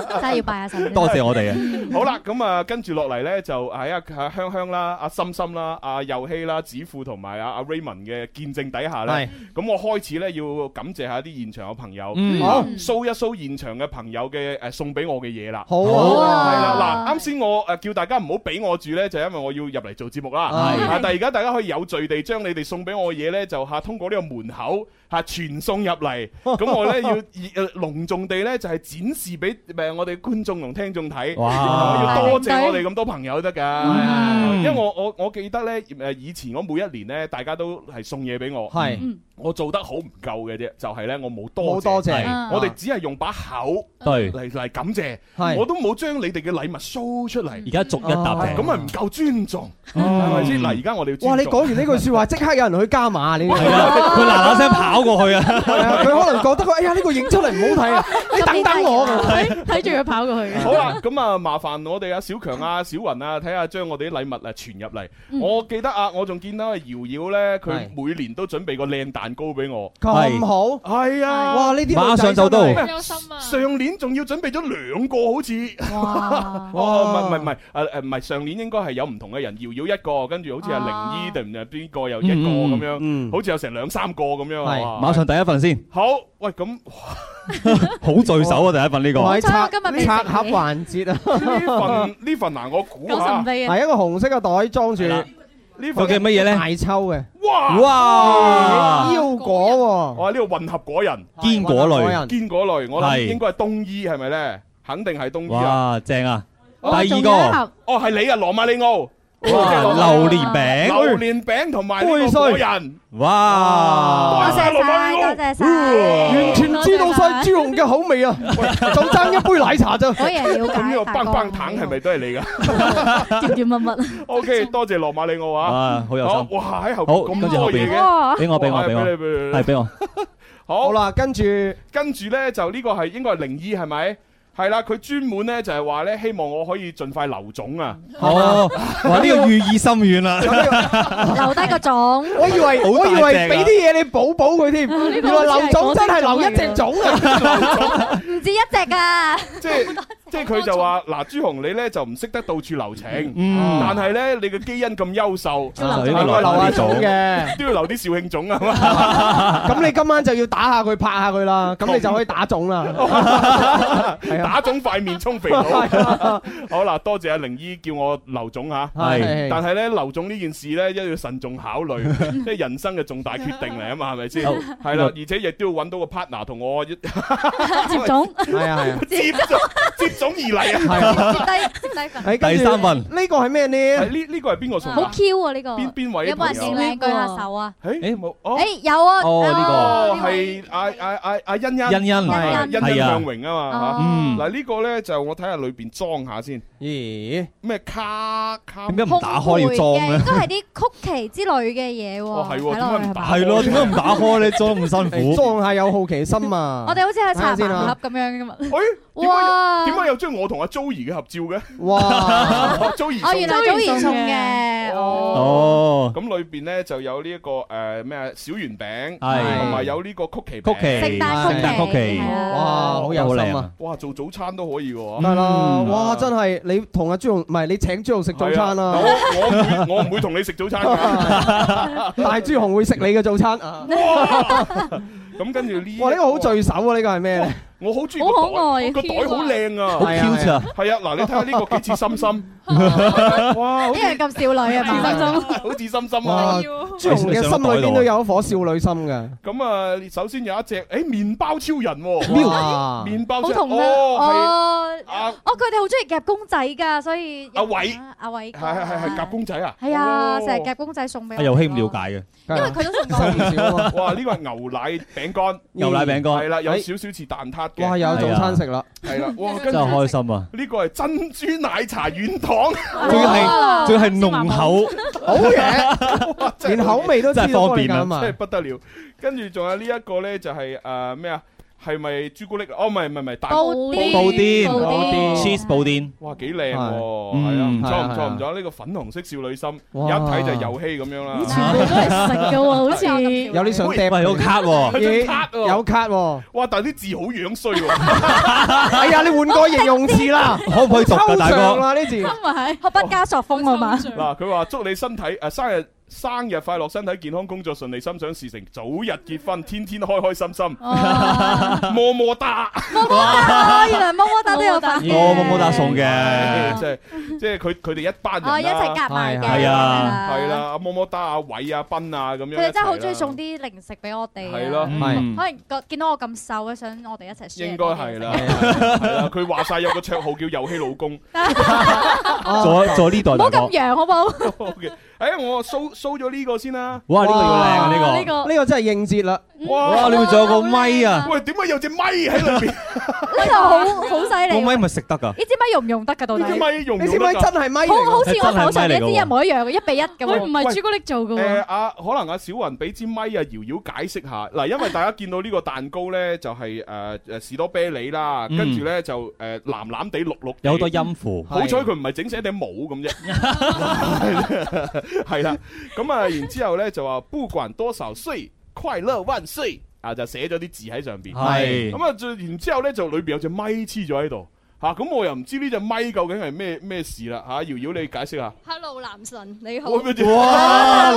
J: 真係要拜下神。
D: 多謝我哋啊！
H: 好啦，咁啊，跟住落嚟咧就喺啊啊香香啦、阿心心啦、阿佑希啦、子富同埋阿阿 Raymond 嘅見證底下咧，咁我開始咧要感謝下啲現場嘅朋友，
D: 嗯
H: 啊
D: 好
H: show 一 show 現場嘅朋友嘅誒送俾我嘅嘢啦。
C: 好
H: 係
C: 啊
H: 啦，嗱，啱先我誒叫大家唔好俾我住咧，就因為我要入嚟做節目啦。
C: 係
H: 啊，但係而家大家可以有序地將你哋送俾我嘅嘢咧，就嚇通過呢個門口嚇傳送入嚟。咁我咧要以呃隆重地咧就係展示俾誒我哋觀眾同聽眾睇。
D: 哇
H: 要多謝我哋咁多朋友得㗎，
D: 嗯
H: 因為我我我記得咧誒以前我每一年咧大家都係送嘢俾我。
C: 係
J: 嗯
H: 我做得好唔夠嘅啫，就係咧我冇
C: 冇多謝
H: 係
C: 嗯
H: 我哋只係用把口
D: 對
H: 嚟嚟感謝，
D: 係嗯
H: 我都冇將你哋嘅禮物 show 出嚟。而
D: 家逐一答謝
H: 咁咪唔夠尊重，
D: 嗯
H: 係咪先？嗱，而家我哋要尊重
C: 哇！你講完呢句説話，即刻有人去加碼你。
D: 係啊佢嗱嗱聲跑過去啊！
C: 係啊，佢可能覺得佢哎呀呢個影出嚟唔好睇啊，你等等我
J: 睇睇住佢跑過去。
H: 好啦，咁啊，麻煩我哋啊，小強啊、小雲啊，睇下將我哋啲禮物啊傳入嚟。
J: 嗯
H: 我記得啊，我仲見到阿瑤瑤咧，佢
C: 係
H: 每年都準備個靚蛋糕俾我。
C: 咁好，
H: 係啊，
C: 哇！呢啲女仔真係
H: 上年仲要準備咗兩個好似，
J: 哇！
H: 哦，唔係唔係唔係，誒誒唔係上年應該係有唔同嘅人，瑤瑤一個，跟住好似係靈姨定唔知邊個又一個咁樣，好似有成兩三個咁樣。
D: 係
H: 哇
D: 馬上第一份先，
H: 好，喂咁。
D: 好聚首啊！第一份呢
C: 唔係
D: 個
C: 拆
J: 今日未食嘢
C: 拆盒環節啊
H: 呢！份呢份嗱，我估
J: 九十
H: 下
J: 五飛啊
C: 係一個紅色嘅袋裝住
H: 呢
C: 份
D: 究竟係乜嘢咧
C: 大抽嘅，
H: 哇
D: 哇
C: 腰果
H: 我係呢個混合果仁，
D: 堅果類，
H: 堅果類，我諗
D: 係
H: 應該係冬衣係咪咧？肯定係冬衣啊！
D: 哇正啊！第
J: 哇
D: 二
J: 仲有一
D: 個
J: 盒
H: 哦，係你啊，羅馬里奧，
D: 哇榴蓮
H: 榴
D: 餅，
H: 蓮餅同埋呢個果仁，
D: 哇！
E: 多謝晒，多謝晒，
C: 喎，完全知道晒朱紅嘅口味啊！就爭一杯奶茶咋，
E: 果然了解
H: 咁呢個
E: 大
H: 棒
E: 哥
H: 棒糖係咪都係你 噶
E: 예,
J: 甜甜蜜蜜，
H: ？OK，多謝羅馬里奧啊！
D: 啊好有心
H: 好哇喺後
D: 好
H: 邊咁
D: 跟住
H: 多
D: 後
H: 嘢
D: 邊
H: 嘅，
D: 俾我俾我
H: 哇
D: 俾我
H: 你俾你
D: 係俾我
H: 好
C: 好。啦，跟住
H: 跟住呢，就呢個係應該係靈醫係咪？係啦，佢專門呢，就係話呢，希望我可以盡快留種啊！
D: 哦！哇呢個寓意深遠啦，
E: 留低個種，
C: 我以為
D: 好
C: 我
D: 大
C: 以
D: 隻啊
C: 為俾啲嘢你補補佢添，
J: 呢
C: 原
J: 個
C: 來
J: 好
C: 劉
J: 似係
C: 總
J: 我
C: 真係
J: 識種
C: 留一隻
J: 嚟嘅
C: 種啊！
E: 唔止一隻㗎，
H: 即係即係佢就話嗱，朱紅你咧就唔識得到處留情，
D: 嗯
H: 但係咧你嘅基因咁優 秀，
D: 要留
H: 應該
D: 留
C: 留下
D: 下
C: 種
D: 種
C: 嘅，
H: 都要留啲肇慶種啊嘛。
C: 咁你今晚就要打下佢，拍下佢啦，咁你就可以打種啦。係啊，
H: 打腫塊面充肥 佬。好啦，多謝阿玲姨叫我劉總嚇。
D: 係
H: 但係咧，劉總呢件事咧，一定要慎重考 慮，即係人生嘅重大決定嚟啊嘛，係咪先？
D: 好
H: 係啦，而且亦都要揾到個 partner 同我 一
J: 接種
C: 係啊 係啊。
H: 接種接踵而 嚟啊！
C: 係
E: 接低接低份，
C: 係
D: 第三份
C: 呢個係咩呢？
H: 呢呢個係邊個送
E: 好
H: 㗎？
E: Q 啊呢個，
H: 邊
E: 有
H: 邊位
E: 冇
H: 朋
E: 人
H: 友
E: 示？靚舉下手啊？
H: 誒冇哦。
E: 誒有啊，
D: 哦呢個
H: 哦，
E: 位
H: 係阿阿阿阿欣欣，
D: 欣欣
H: 係欣
E: 欣
H: 欣
D: 係啊
H: 向榮
E: 어.
H: 啊
E: 哦
D: 嗯
H: 嘛。嗱呢個咧就我睇下裏邊裝下先，
C: 咦，
H: 咩卡卡
D: 點解唔打開要裝
E: 紅梅嘅
D: 咧
E: 應？該係啲曲奇之類嘅嘢喎。
H: 哦係喎
E: 睇落
H: 點解唔打
E: 去係咪
D: 係咯，點解唔打開咧？裝咁辛苦，
C: 誒裝下有好奇心 啊！
E: 我哋好似喺茶
C: 睇下先
E: 盲
C: 啊
E: 盒咁樣噶嘛。
H: 誒點解有
E: 哇！
H: 點解有張我同阿 Joey 嘅合 照嘅
C: 哇！
H: ？Joey
E: 哦，原來
H: 送
E: 祖
J: 周
E: 兒
J: 兒
E: 送
J: 送
E: 嘅
J: 嘅。
E: 哦，
D: 哦，
H: 咁裏邊咧就有呢一個誒咩啊小圓餅，
D: 係
H: 同埋有呢個曲奇
D: 曲
H: 餅
D: 奇
E: 聖誕曲
C: 聖
D: 誕曲奇
E: 係啊
C: 哇，好有心啊！
H: 哇做早餐都可以嘅喎。
C: 得啦，
D: 嗯
C: 哇！真係你同阿朱紅，唔係你請朱紅食早餐
H: 係
C: 啊，
H: 啊我我唔會我 唔會同你食 早餐㗎。
C: 但係朱紅會食你嘅早餐啊！
H: 咁跟住呢，
C: 哇！呢個好聚首啊！呢個係咩咧？
H: 我好中意
J: 好可愛
H: 個袋，個袋好靚啊，
D: 好 cute 啊
H: 係啊，嗱你睇下呢個幾似心心，
J: 呢樣咁少
N: à,
J: 女啊嘛，心中
H: 好似心心
C: 哇
H: 啊！！
C: 朱紅嘅心裏邊都有一顆少女心㗎。
H: 咁啊，首先有一隻，誒麵包超人
C: 哇
H: 喎，麵包超
E: 好
H: 人
E: 同啊！
H: 哦，
E: 哦，哦，佢哋好中意夾公仔㗎，所以
H: 阿偉
E: 阿偉
H: 係係係係係夾公仔啊，
E: 係啊，
H: 哦
E: 成日夾公仔送俾
D: 啊
E: 我。
D: 遊戲唔了解嘅，
C: 因
E: 因為佢都送過。
H: 哇！呢個係牛奶餅乾，
D: 牛奶餅乾
H: 係啦，有少少似蛋撻嘅。
C: 哇！有早餐食啦，
H: 係啦，哇！跟
D: 真
H: 住
D: 係開心啊！
H: 呢個係珍珠奶茶軟糖，
D: 仲要係仲要係濃厚，
C: 好嘢，
H: 哇真係
C: 連口味都知道
D: 真係方便啊
C: 幫你
H: 真
C: 揀
H: 係
C: 嘛。
H: 不得了。跟住仲有呢一個咧，就係誒咩啊？係咪朱古力？哦，唔係唔係唔係，蛋
E: 布丁
D: 布丁
J: 布丁
D: cheese 布丁，
H: 哇，幾靚喎！
D: 嗯
H: 係啊，唔
C: 係
H: 錯
C: 啊
H: 唔
C: 係
H: 錯
C: 啊
H: 唔錯，呢個粉紅色少女心，一
C: 哇
H: 睇就係遊戲咁樣啦。
J: 全部都係食嘅喎，好似
C: 有啲想
D: 喂
C: 掟，
D: 有卡喎，
H: 有卡喎
C: 有卡喎。
H: 哇！但係啲字好樣衰喎，
C: 哎呀，你換個形容詞啦，
D: 可唔可以讀㗎
C: 抽
D: 大
C: 象
D: 哥？
C: 啦呢字。
J: 咪係
E: 學畢加索風啊嘛，
H: 嗱，佢話祝你身體誒生日生日快樂，身體健康，工作順利，心想事成，早日結婚，天天開開心心，
J: 哦
H: 麼麼 噠。
E: 啊，原來麼麼打都有份。
D: 我冇冇打送嘅，
C: 啊
H: 即係即係佢佢哋一班人
E: 哦，一
H: 啦，
E: 齊夾埋嘅。
D: 係啊
H: 係啦，，阿么么哒、阿偉啊、斌啊咁樣一齊
E: 佢
H: 啦，
E: 哋真係好中意送啲零食俾我哋啊。
H: 係咯
D: 嗯
E: 可能覺見到我咁瘦咧，想我哋一
D: Dạ,
E: 齊 share。
H: 應該係啦，。 係啦，佢話晒有個綽號叫遊戲老 公。
D: 做做呢代
J: 唔好
D: 大哥
J: 咁，揚好冇？
H: OK，誒我 show show 咗呢個先啦。
D: 哇呢個要靚啊
J: 哇
D: 呢
J: 呢
D: 個，
J: 個
C: 呢個真係應節啦，
D: 哇
H: 哇！
D: 你會仲有個咪啊，
H: 喂，點解有隻咪喺裏邊？
E: 呢個好好犀
D: 個
E: 利。
D: 咪
E: 呢
D: 咪食得㗎，
E: 支咪用唔用得㗎到底
H: 呢？隻咪用唔
C: 你
H: 用
C: 知唔知
H: 得㗎？
C: 真係咪嚟
E: 好
C: 㗎？
E: 好似我手上嘅一支一模一樣嘅，一比一咁
J: 喂，唔
E: 喎。
J: 係朱古力做嘅
H: 誒
J: 喎，
H: 啊，可能阿小雲俾支咪啊，瑤瑤解釋下嗱，因為大家見到呢個蛋糕咧，就係誒誒士多啤梨啦，跟住咧就誒藍藍地綠綠地，
D: 有好多音符。
H: 好彩佢唔係整成一頂帽 咁啫，係啦。咁啊，然之後咧就話不管多少歲，快樂萬歲啊，就寫咗啲字喺上邊。
D: 係
H: 咁啊，最然之後咧就裏邊有隻咪黐咗喺度。嚇！咁我又唔知呢隻咪究竟係咩咩事啦嚇，瑤瑤你解釋下。
N: Hello，男神你好。
H: 我
N: 我
H: 咩
N: 本
H: 啫
D: 哇，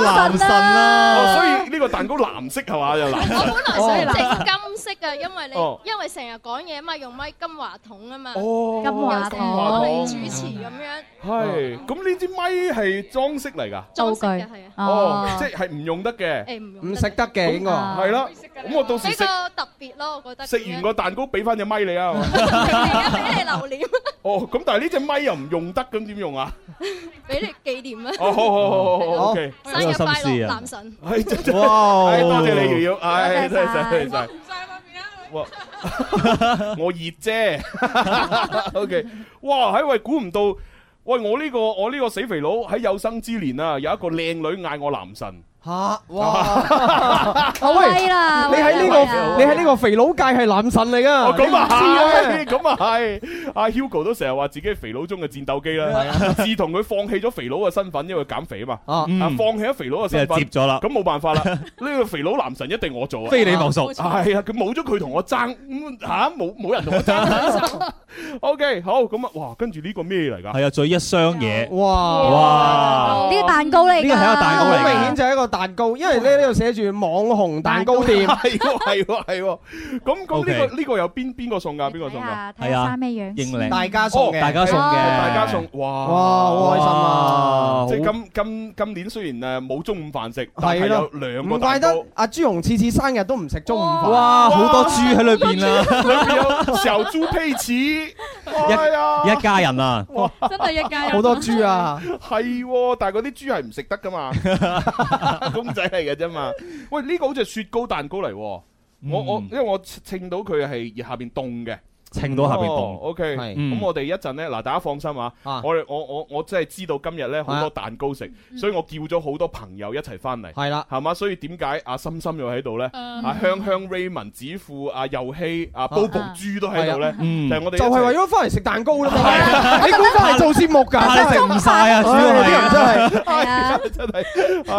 D: 男神
H: 哦，
D: 啊！
H: 所以呢個蛋糕藍色係嘛？又藍色。
N: 來想整金色嘅，因為你
H: 哦
N: 因為成日講嘢嘛，用咪金話筒啊嘛，
H: 哦，
J: 金
N: 成
J: 話筒
N: 日講你主持咁樣
H: 係。咁呢支咪係裝飾嚟㗎。
N: 裝飾嘅係啊，
H: 哦，即係唔用得嘅。
N: 誒唔用
C: 唔
N: 得
C: 食得嘅應該。
E: 啊
H: 係啦。咁我到時
N: 比
H: 食
N: 較特別咯，我覺得
H: 食完個蛋糕俾翻隻咪你啊。係
N: 個
H: 嘛
N: 俾你留念，
H: 哦，咁但係呢隻咪又唔用得，咁點用啊？
N: 俾你紀念啊！
H: 哦，好好好好好
C: 好
H: ，OK，
D: 好
N: 生
D: 有
N: 日
D: 心
N: 快
D: 思
N: 樂，
D: 啊
N: 男神！
H: 係真真，
D: 哇！
H: 係多謝你瑤瑤，唉，
E: 多
H: 真
E: 謝
H: 係
E: 晒
H: 真係真係，哇， 我熱啫 ，OK，哇，喺喂，估唔到，喂，我呢個我呢個死肥佬喺有生之年啊，有一個靚女嗌我男神，
C: 嚇！哇！啊
E: 威
C: 喂，
E: 啦！
C: 你喺呢
E: 威啦
C: 個你喺呢個肥佬界係男神嚟
H: 哦，
C: 㗎。
H: 咁啊係，
C: 你唔知嘅咩
H: 咁啊係，阿 Hugo 都成日話自己係肥佬中嘅戰鬥機啦，自從佢放棄咗肥佬嘅身份，因為減肥啊嘛，
C: 啊！
H: 啊，
D: 嗯，
H: 放棄咗肥佬嘅
D: 你
H: 身
D: 就
H: 份
D: 接。咗啦，
H: 咁冇辦法啦，呢個肥佬男神一定我做啊！
D: 非你莫屬。
H: 係啊，佢冇咗佢同我爭，咁吓冇冇人同我爭。O K，好咁啊，哇，跟住呢個咩嚟㗎？
D: 係啊，嘴一箱嘢，
C: 哇！
D: 哇！
E: 呢個蛋糕嚟㗎，
D: 呢個係一個蛋糕
C: 好
D: 嚟㗎
C: 明顯就係一個蛋糕，因為咧呢度寫住網紅蛋糕 店。
H: 係喎，係喎，係喎。咁咁呢
D: OK
H: 個呢個有邊邊個送㗎？邊個送
E: 睇
H: 㗎？
E: 下睇下生咩樣先
D: 英靚
C: 大家送嘅，
D: 大家送嘅，
H: 大家送，哇
C: 哇，好開心啊！
H: 即係
D: 好
H: 今今今年雖然誒冇中午飯食，但係
C: 係
H: 有
C: 咯
H: 兩個
C: 唔怪
H: 蛋
C: 得
H: 糕，
C: 阿朱紅次次生日都唔食中午飯。
D: 哇，好多豬喺裏邊啦，
H: 裏邊有小豬佩奇，係啊，
D: 一家人啊，
J: 真係一家人
C: 好多豬啊！
H: 係喎，但係嗰啲豬係唔食得噶嘛， 公仔嚟嘅啫嘛。喂，呢個好似係雪糕蛋糕嚟喎，我我因
D: 嗯
H: 為我稱到佢係下邊凍嘅，
D: 稱到下
H: 哦
D: 邊凍，
H: OK，
C: 係
H: 咁
D: 嗯
H: 我哋一陣呢，嗱大家放心啊，
C: 啊
H: 我哋我我我真係知道今日呢好多蛋糕食，所以我叫咗好多朋友一齊翻嚟。
C: 係啦，
H: 係嘛？所以點解阿心心又喺度呢？
J: 嗯
H: 阿香香 Raymond 子富、阿佑希、阿 Bobo 豬都喺度呢？
D: 嗯
H: 就係我哋一
C: 就
H: 齊
C: 係為咗翻嚟食蛋糕啦嘛。你估翻嚟做節目㗎，
H: 但係食唔晒
D: à,
H: 啊主要係
C: 唉啲人真係
H: 係啊，真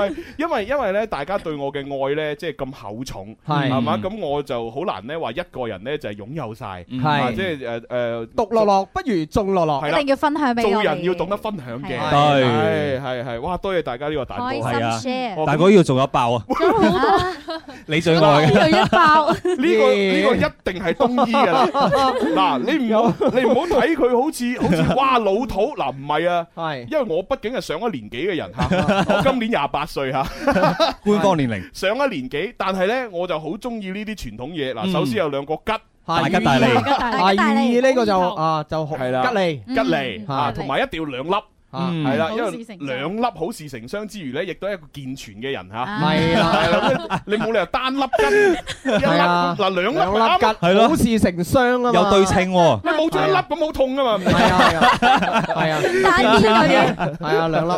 H: 係係，因為因為咧，大家對我嘅愛咧，即係咁厚重，
C: 係
H: 係嘛，咁我就好難咧話一個人咧就係擁有晒，
D: Ừ.
C: 嗯
H: 啊
C: 係
H: 即係誒誒
C: 獨樂樂不如眾樂樂，
H: 係啦一定要
E: 分享俾我哋
H: 做人要懂得分享嘅，
D: 係啊對
H: 係係係，哇！多謝大家呢個蛋糕，
D: 係啊
H: 哦，
D: 大哥呢度仲有爆啊！ 你最愛
H: 呢
D: 嘅
H: 呢個呢個一定係冬衣㗎 啦。嗱，你唔好你唔好睇佢好似好似哇老土嗱，唔係啊，
C: 係
H: 因為我畢竟係上一年紀嘅 人嚇，我今年廿八歲嚇，
D: 官方年齡，
H: 上一年紀，但係咧我就好中意呢啲傳統嘢嗱，
D: 嗯
H: 首先有兩個吉。
C: 大吉大利大吉大利啊大吉大利寓意呢個就啊就
H: 系啦，
C: 吉利
E: Ừ.
H: 吉利
C: 嗯
H: 啊，
C: 吉利
H: 同埋一定要兩粒。
C: 嗯
H: 係啦，因
C: 好事
H: 為
C: 成
H: 兩粒好事成雙之餘咧，亦都係一個健全嘅人
E: À.
H: 嚇。
C: 係啦
H: 係啦，你冇理由單粒 吉，一粒
C: 係啊
H: 嗱兩粒
C: 兩粒
H: 啱
C: 吉，
D: 係咯
C: 好事成雙啊嘛，
D: 有對稱喎
H: 你冇咗一粒咁好痛啊嘛。係
C: 啊係啊，
H: 單邊嗰 啲
C: 係啊兩粒，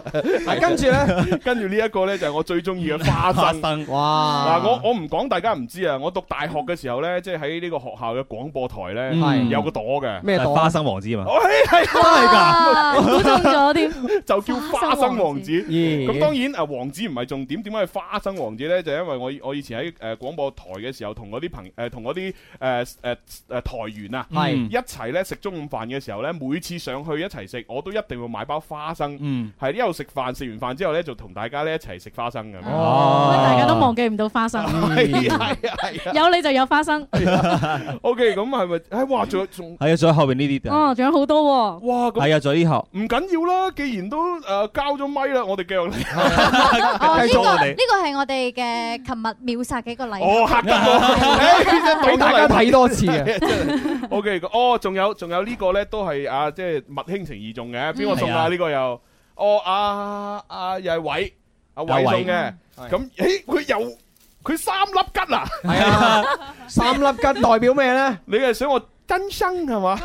C: 係跟住咧。
H: 跟住呢一個咧就係我最中意嘅花生。
C: 哇
H: 嗱，我我唔講大家唔知啊，我讀大學嘅時候咧，即係喺呢個學校嘅廣播台咧
D: 嗯
H: 有個朵嘅。
D: 咩朵啊花生王子嘛
H: 哦係係
D: 哇
H: 真係㗎，
D: 估中咗添。
H: 就叫花生王子。
D: 咦
H: 咁當然啊，王子唔係重點，點解係花生王子咧？就因為我以我以前喺誒廣播台嘅時候，同嗰啲朋誒同嗰啲誒誒誒台員啊，
C: 係
H: 一齊咧食中午飯嘅時候咧，每次上去一齊食，我都一定會買包花生。
D: 嗯，
H: 係一路食飯，食完飯之後咧，就同大家咧一齊食花生咁樣。
J: 大家都忘記唔到花生，
H: 係啊係啊
J: 有你就有花生，
H: O K，咁係咪？唉，哇，仲有仲
D: 係啊，仲有後邊呢啲啊，
J: 哦，仲有好多
H: 喎。哇，
D: 係啊，仲有呢後
H: 唔緊要啦，既然都誒交咗咪啦，我哋繼續嚟。
E: 哦，呢
H: 繼續我
E: 個
H: 哋
E: 呢個係我哋嘅琴日秒殺嘅一個禮
H: 哦，
E: 物。
H: 嚇得我，
C: 俾大家睇多次 啊
H: O K，哦，仲有仲有呢個咧，都係啊，即係物輕情意重嘅，邊個送
D: 係
H: 啊？
D: 啊
H: 呢個又哦，啊啊又係偉，阿偉
D: 阿偉
H: 送嘅。
C: 嗯
H: 咁誒，佢又佢三粒吉啊！
C: 係啊，三粒吉代表咩咧？
H: 你係想我真生係嘛？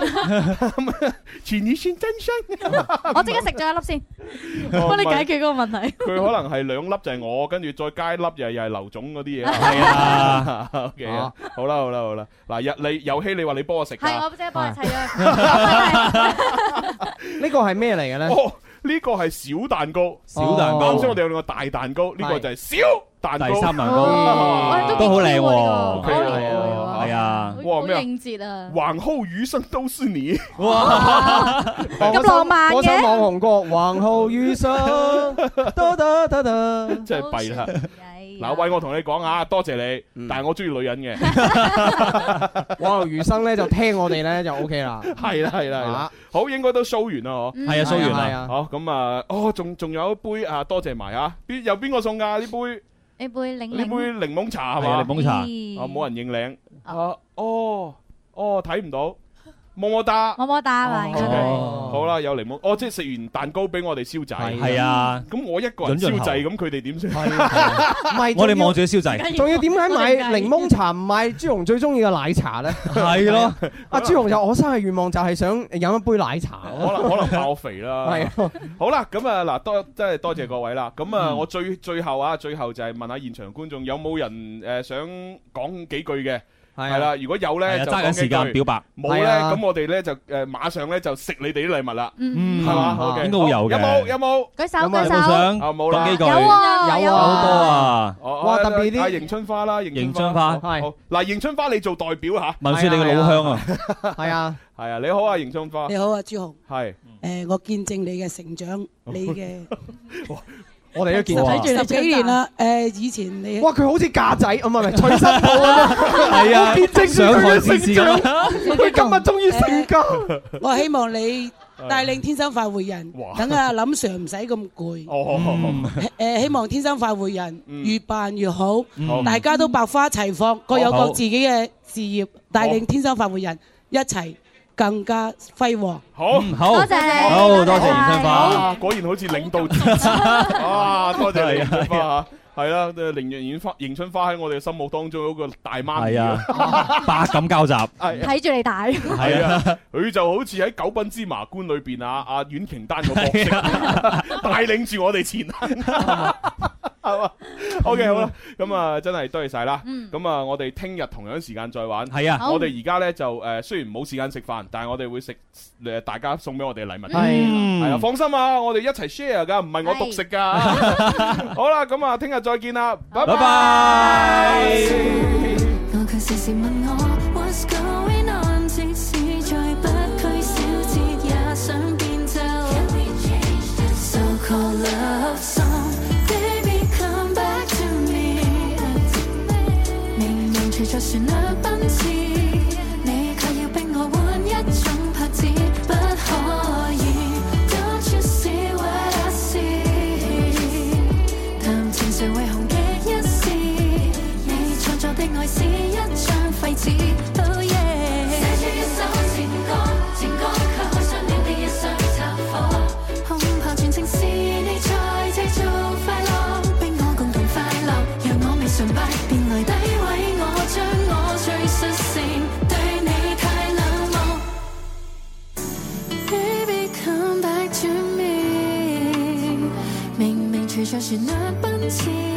H: 前年先真生，
J: 我即刻食咗一粒先，
H: 哦
J: 幫你
H: 唔係
J: 解決嗰個問題。
H: 佢可能係兩粒就係我，跟住再加一粒又又係劉總嗰啲嘢。
J: 係
D: 啊
H: ，OK 啊，好啦好啦好啦，嗱，日你遊戲你話你幫我食啊㗎，
E: 係我啊即刻幫你砌咗佢。
C: 呢個係咩嚟嘅咧？
H: 哦，呢個係小蛋糕，
D: 小蛋糕
H: 啱先我哋有兩個大蛋糕，呢個就係小蛋糕，
D: 哦第三蛋糕
E: 哦
H: 哇
D: 都好靚喎，
H: 係啊
D: 係啊，係啊，
H: 哇
J: 好
H: 咩啊？
J: 應節啊！
H: 橫空餘生都是你，
D: 哇！
C: 咁
J: 浪漫嘅
C: 嗰首網紅歌《橫浩 雨生》，得得得得，
H: 真係弊啦。嗱，喂，我同你講啊，多謝你，但係我中意女人嘅，
C: 網紅餘生咧就聽我哋咧就 O K 啦。
H: 係啦係啦係啦
C: 啊，
H: 好應該都 show 完啦，嗬，
C: 嗯係啊 show 完啦係啊
H: 好咁啊，哦，仲仲有一杯啊，多謝埋啊，邊有邊個送㗎呢杯？
E: 你會領
H: 呢杯檸檬茶係
D: 係
H: 嘛？
D: 啊檸檬茶
H: 啊冇人認領啊！哦哦，睇唔到，麼麼哒。
E: 么么哒啊
D: 哦
E: 啦，應該都係。
H: OK，好啦，有檸檬，哦，即係食完蛋糕俾我哋燒仔，
D: 係啊，
H: 咁我一個人
D: 潤潤
H: 燒仔，咁佢哋 點算？
C: 唔係
D: 啊我哋望住佢燒仔，
C: 仲要點解買檸檬茶唔買朱紅最中意嘅奶茶 咧？
D: 係咯，
C: 阿朱紅就我生日願望就係想飲一杯奶茶。
H: 可能可能爆肥啦，
C: 係 啊
H: 好啦，咁啊嗱，多真係多謝各位啦。咁啊，我最最後啊，最後就係問下現場觀眾有冇人誒想講幾句嘅？
C: 係
H: 係啦，如果有
D: 係
H: 咧
D: 啊
H: 就
D: 揸緊
H: 講幾
D: 時間
H: 句
D: 表白
H: 冇咧
D: 係啊
H: 咁我哋咧就誒馬上咧就食你哋啲禮物啦，
D: 嗯
H: 係嘛？OK，
D: 應該會有
H: 好
D: 嘅
H: 有冇有冇？
E: 舉手
D: 有冇
E: 舉
D: 有冇想
E: 手。
H: 啊冇啦
D: 講幾句？
E: 有啊有啊
D: 好多啊！
H: 哦
C: 哇特別啲
H: 啊迎春花啦，迎
D: 迎春花
H: 好好嗱，迎春花你做代表吓，
D: 文雪你嘅老鄉啊，
C: 係啊，
H: 係啊，你好啊，迎春花，
O: 你好啊，朱紅。
H: 係
O: 誒，我見證你嘅成長，你 嘅
C: 我哋都見過。
O: 十幾年啦。誒，以前你
C: 哇！佢好似架仔，唔係唔係，隨身抱咁 樣。
D: 係啊
C: 結晶
D: 上台先知㗎
C: 佢今日終於 成家。
O: 我希望你帶領天生快活人，等阿林 Sir 唔使咁 攰。
H: 哦，
O: 誒，希望天生快活人越辦越好
D: 嗯
H: 好，
O: 大家都百花齊放，各有
H: 好
O: 各自己嘅事業，帶領天生快活人一齊更加輝煌。
H: 好
D: 好，
O: 多謝你
D: 好
O: 多謝
D: 多謝迎春花，
H: 啊，果然好似領導支持啊！多謝你迎春花嚇，係啦，誒凌若演花迎春花喺我哋嘅心目當中有一個大媽咪
D: 係啊，百感交集，
H: 係
E: 睇住你大，
H: 係啊，佢就好似喺九品芝麻官裏邊啊，阿阮瓊丹個角色，帶領住我哋前行。嘛？OK 好啦，咁啊真係多謝晒啦。
P: 嗯
H: 咁啊，我哋聽日同樣時間再玩。
F: 係啊好
H: 我哋而家呢就誒雖然冇時間食飯，但係我哋會食誒大家送俾我哋嘅禮物。
F: 係嗯
H: 係啊，放心啊，我哋一齊 share 㗎，唔係我獨食㗎。好啦，咁啊，聽日再見啦，拜
F: 拜
H: 拜。
E: 我卻時時問我 What's going on，即使再不拘小節，也想變奏。So call love song, baby come back to me。明明隨着旋律奔馳，你卻要逼我換一種拍子，不可以。Don't you see what I see？談情誰會紅極一時？你創作的愛是一張廢紙，Oh yeah！寫出一首情歌，情歌卻可相戀的一雙插火，恐怕全情是你在製造快樂，逼我共同快樂，讓我未崇拜便來詆毀我，將我最率性對你太冷漠。Baby come back to me，明明隨着旋律奔馳。